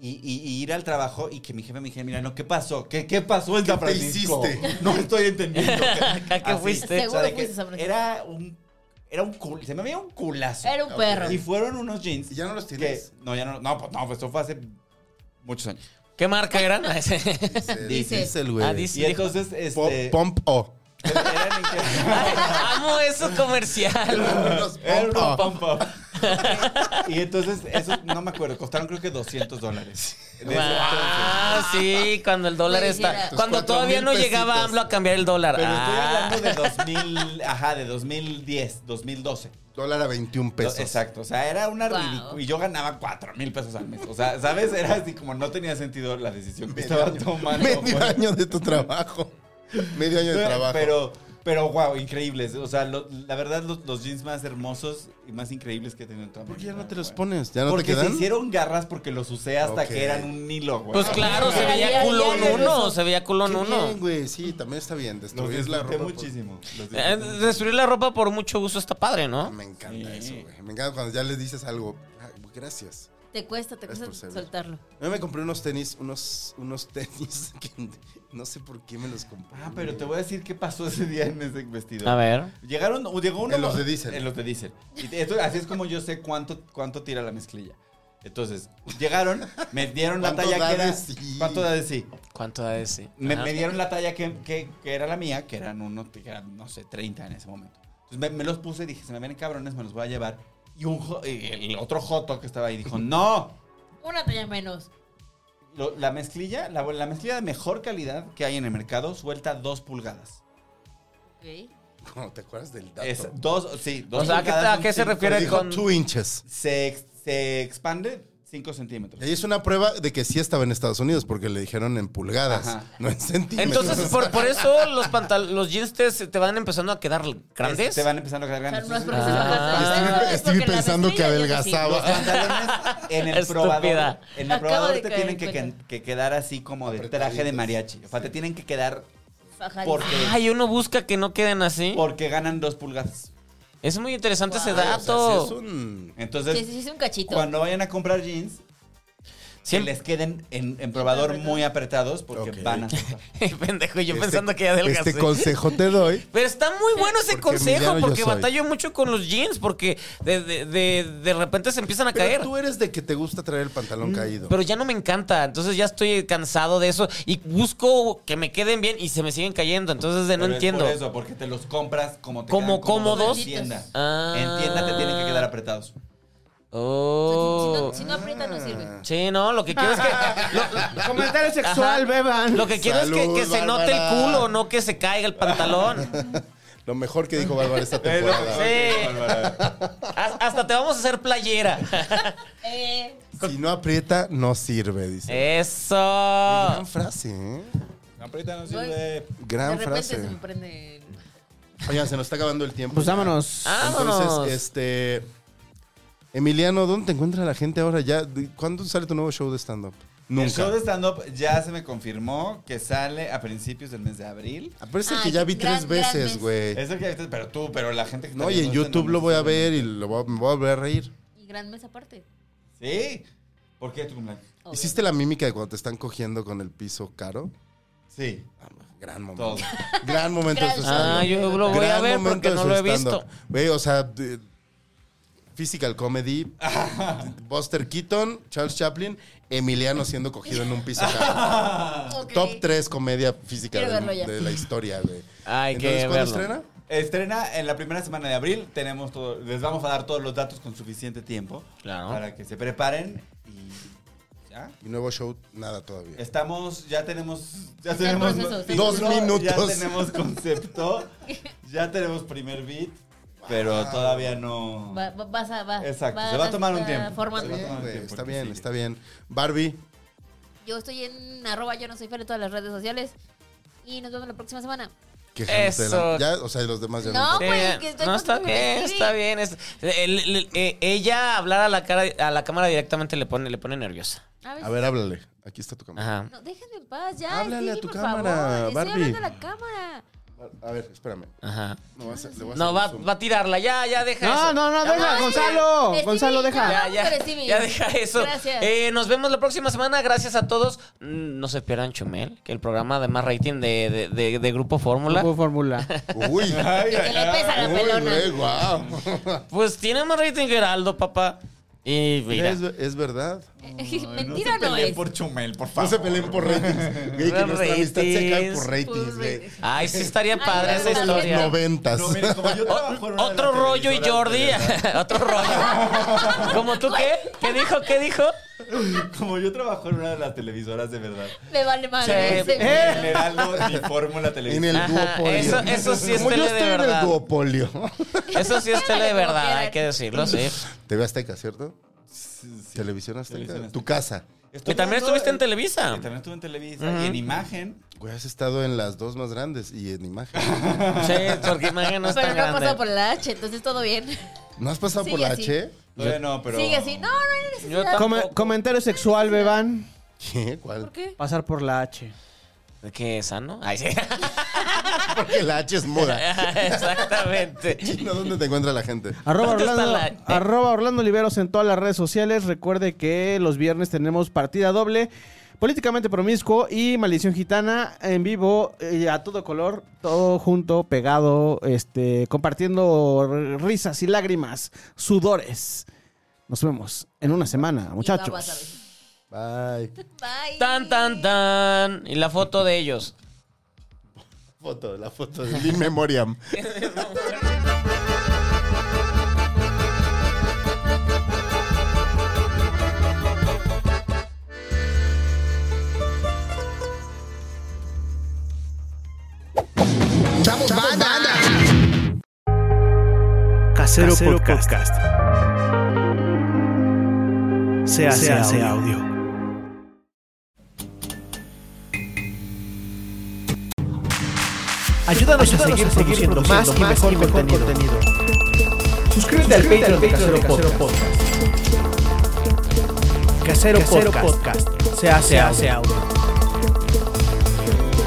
y, y- y ir al trabajo y que mi jefe me dijera, mira, no, ¿qué pasó? ¿Qué, qué pasó en
¿Qué
San
te
Francisco?
hiciste?
No estoy entendiendo.
¿A qué
Así.
fuiste?
O sea, de
Seguro
que
fuiste a San Francisco.
Era un, era un cul- se me veía un culazo.
Era un perro.
Y fueron unos jeans.
¿Y ya no los tienes?
que- no, ya no, no, pues no, pues esto fue hace muchos años.
¿Qué marca eran?
Dice.
Diesel, güey.
Ah, dice.
Y entonces, este...
Pom- Pomp O.
eran en que-
Amo eso comercial.
Unos
Era
Pomp
uno
O.
pompo. y entonces, eso no me acuerdo, costaron creo que 200 dólares. En ese entonces.
Ah, sí, cuando el dólar
Sí,
está.
era.
Cuando
Tus
todavía
4,000
no llegaba
pesitos.
AMLO a cambiar el dólar.
Pero
Ah.
estoy hablando de 2000, ajá, de 2010, 2012.
Dólar a 21 pesos.
Exacto, o sea, era una
Wow.
ridicu- Y yo ganaba 4 mil pesos al mes. O sea, ¿sabes? Era así como no tenía sentido la decisión que
Medio
estaba
año.
tomando.
Medio
Bueno,
año de tu trabajo. Medio año de trabajo.
Pero, pero wow, increíbles. O sea, lo- la verdad, los, los jeans más hermosos y más increíbles que he tenido en toda mi
¿Por qué ya
vida,
no te los
güey.
pones? ¿Ya no
porque
te
se
quedan?
hicieron garras porque los usé hasta
Ok. Ah,
que eran un hilo, güey.
Pues claro, se
Ya,
veía
ya,
culón
ya, ya,
uno.
ya.
Se veía culón
Qué
uno.
bien, güey. Sí, también está bien.
Los
Destruir la
disfruté
ropa. pues. por-
muchísimo. los disfruté
Eh,
muchísimo.
Destruir la ropa por mucho uso está padre, ¿no?
Ah, Me encanta
Sí.
eso, güey. Me encanta cuando ya les dices algo. Ah, Gracias.
Te cuesta, te
Es
cuesta
por ser-
soltarlo.
A mí me compré unos tenis, unos, unos tenis que no sé por qué me los compré.
Ah, pero te voy a decir qué pasó ese día en ese vestido.
A ver.
Llegaron, o llegó uno.
En los de diésel.
En los de diésel. Y esto- así es como yo sé cuánto, cuánto tira la mezclilla. Entonces, llegaron, me dieron la
¿Cuánto
talla
da
que era.
de sí?
¿Cuánto da de sí?
¿Cuánto da ese?
Me,
Ajá.
me dieron la talla que, que- que era la mía, que eran uno, que eran, no sé, 30 en ese momento. Entonces me, me los puse y dije, se me vienen cabrones, me los voy a llevar. Y un jo- y el otro Joto que estaba ahí dijo, ¡No!
Una talla menos.
Lo- la mezclilla, la, la mezclilla de mejor calidad que hay en el mercado, suelta 2 pulgadas.
Ok.
No, ¿Te acuerdas del dato?
Es dos, sí, dos
O sea, ¿a qué-
pulgadas
a qué
son
se
cinco-
refiere
Dijo
con-
two inches.
Se, ex- se expande 5 centímetros.
Y ahí es una prueba de que sí estaba en Estados Unidos, porque le dijeron en pulgadas,
Ajá.
no en centímetros.
Entonces, por, por eso los pantal los jeans te, se te van empezando a quedar grandes.
Este,
Te van empezando a quedar
O sea,
grandes.
no es
Entonces,
porque se
Ah.
baja el pantalón,
Estuve-
es
estuve
porque la
pensando que
mezclilla, yo sí.
los
adelgazaba.
pantalones en el
Estúpida.
probador, en el
Acabo
probador
de
te
caer
tienen que,
en
que-
cuenta.
que quedar así como de traje de
Apretaditos.
mariachi. O sea, te tienen que quedar
Fajadísimo.
porque,
Ay, uno busca que no queden así.
porque ganan dos pulgadas.
Es muy interesante ese
Ay, o sea,
dato.
sí es un-
Entonces,
Sí, sí, sí, es un cachito.
cuando vayan a comprar jeans, que les queden en, en probador muy apretados porque
Ok.
van a soltar.
Pendejo, yo
este-
pensando que ya adelgacé.
Este consejo te doy.
Pero está muy bueno ese
Porque
consejo
Emiliano yo
porque
soy.
batallo mucho con los jeans porque de, de, de, de repente se empiezan a caer. Mm,
Pero tú eres de que te gusta traer el pantalón caído.
Pero ya no me encanta, entonces ya estoy cansado de eso y busco que me queden bien y se me siguen cayendo, entonces de no
Pero es
entiendo.
Por eso, porque te los compras como te
¿Como
quedan
cómodos?
En tienda.
Ah.
En tienda te tienen que quedar apretados.
Oh.
O sea, si, si no, si no aprieta, no
Ah.
sirve.
Sí, no, lo que quiero es que lo- lo-
Comentario sexual,
Ajá.
beban.
lo que quiero es que,
Salud,
que se note el
Bárbara.
culo, no que se caiga el pantalón.
Lo mejor que dijo Bárbara esta temporada.
Has- Hasta te vamos a hacer playera.
Eh,
Si no aprieta, no sirve,
Eh,
dice.
Eso.
ah.
Gran frase, ¿eh?
Aprieta no
sirve. de
Gran
repente se
frase.
me prende. el-
Oigan, se nos está acabando el tiempo.
Pues
ya.
vámonos.
Vámonos.
Entonces, este. Emiliano, ¿dónde te encuentra la gente ahora ya? ¿De- ¿Cuándo sale tu nuevo show de stand-up?
El show
Nunca.
de stand-up ya se me confirmó que sale a principios del mes de abril.
Aparece
Ay,
que ya vi
gran-
tres
gran
veces,
mes.
güey.
Es el que ahorita- pero tú, pero la gente que está
No, y en
viendo esto
YouTube
no
lo voy a
sabe.
ver y lo voy a- me voy a volver a reír.
Y gran mesa aparte.
Sí. ¿Por qué tu cumpleaños?
Obvio.
¿Hiciste la mímica de cuando te están cogiendo con el piso caro?
Sí,
Ah, gran momento.
todo.
Gran momento. de su
Gran-
stand-up.
Ah, yo lo voy a
Gran
ver
momento
porque
de
no
su
lo he
stand-up.
visto.
Güey, o sea, de- physical comedy, Buster Keaton, Charles Chaplin, Emiliano siendo cogido en un piso caro.
Ah.
Ok.
Top 3 comedia física
Quiero
del-
verlo ya.
de la historia, güey.
Hay que
Entonces, ¿cuándo
verlo.
estrena?
Estrena en la primera semana de abril. Tenemos todo, les vamos a dar todos los datos con suficiente tiempo
Claro.
para que se preparen y ya.
Mi nuevo show, nada todavía.
Estamos, ya tenemos, ya
Está en
tenemos
proceso, está en
Dos proceso.
ya
minutos.
tenemos concepto, ya tenemos primer beat, pero todavía no.
Va- va- vas a, va-
Exacto,
vas
se va a tomar un
estar
tiempo.
formando.
Está bien,
Tomando
güey,
tiempo,
está
que
bien,
sigue.
está bien. Barbie,
Yo estoy en arroba, yo no soy Fer en todas las redes sociales. Y nos vemos la próxima semana.
quejándote de la-
Eso.
Ya, o sea, los demás ya
No,
no.
Sí,
güey, que estoy
no, está
contenta con
bien,
Stevie.
está bien. es- el- el- eh, ella hablar a la cara a la cámara directamente le pone, le pone nerviosa.
A ver,
A ver, háblale. Aquí está tu cámara.
Ajá.
No, déjenme en paz, ya.
Háblale a
Stevie,
tu
por
cámara,
favor.
Barbie.
Estoy hablando a la cámara.
A ver, espérame.
Ajá.
No, vas a- le voy a
No,
hacer
va,
un zoom.
va a tirarla. Ya, ya deja
No,
eso.
no, no,
Ya,
deja,
basta.
Gonzalo.
Stevie,
Gonzalo, deja.
Ya, ya,
Pero sí, mira.
ya deja eso.
Gracias.
Eh, nos vemos la próxima semana. Gracias a todos. Mm, No se pierdan Chumel, que el programa de más rating de, de- de- de Grupo Fórmula.
Grupo Fórmula.
Uy.
Ay,
Que le pesa la
Uy, ah.
pelona.
güey, guau.
Pues tiene más rating que Heraldo, papá. Y mira.
Es, es verdad.
Mentira
se
no,
peleen
es.
por Chumel, por favor.
No se peleen por ratings. Güey, que
Por
nuestra amistad se acabe por
ratings.
ratings, güey.
Ay, sí estaría
Ay,
padre esa
Heraldo.
historia.
Noventas.
No, miren, como yo trabajo en una de
Otro
las
rollo y
televisoras
Jordi.
de verdad,
Otro rollo. ¿Cómo tú qué? ¿Qué dijo? ¿Qué dijo?
Como yo trabajo en una de las televisoras de verdad.
Me vale mal.
Sí.
En Heraldo ni Fórmula Televisión.
En el
Ajá,
duopolio.
eso- eso sí es
Como yo
tele de
estoy en
verdad.
el duopolio.
Eso sí es tele de
Como
verdad,
quieran.
hay que decirlo, sí.
TV Azteca, ¿cierto? Televisión Azteca.
Televisión Azteca.
Tu casa.
Y también estuviste en Televisa.
Y también estuve en Televisa.
Ujú.
Y en Imagen.
Güey, has estado en las dos más grandes y en imagen.
Sí, porque imagen no es
Pero
tan
no ha pasado
grande.
por la H, entonces todo bien.
¿No has pasado
Sí,
por la
sí.
H?
Todavía no, pero.
Sigue así. No, no hay
Yo
necesidad.
tampoco.
Come- comentario sexual, Beban.
¿Qué? ¿Cuál?
¿Por qué?
Pasar por la H.
¿Qué sano? Ay, sí.
Porque la H es moda.
Exactamente.
Chino, ¿Dónde te encuentra la gente?
Arroba
¿Dónde está
Orlando,
la- eh?
arroba Orlando Oliveros en todas las redes sociales. Recuerde que los viernes tenemos partida doble. Políticamente promiscuo y maldición gitana en vivo eh, a todo color, todo junto, pegado, este, compartiendo r- risas y lágrimas, sudores. Nos vemos en una semana,
Y babas a
muchachos.
veces.
Bye.
Bye.
Tan, tan, tan. Y la foto de ellos.
Foto, la foto de In Memoriam.
Casero, Podcast. Se hace, audio. Ayúdanos, a seguir produciendo más
más y mejor contenido. Suscríbete al Patreon de Casero Podcast.
Casero, Podcast. Se hace, audio.
este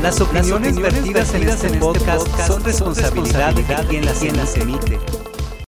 Las opiniones vertidas en este podcast son responsabilidad de quien las emite.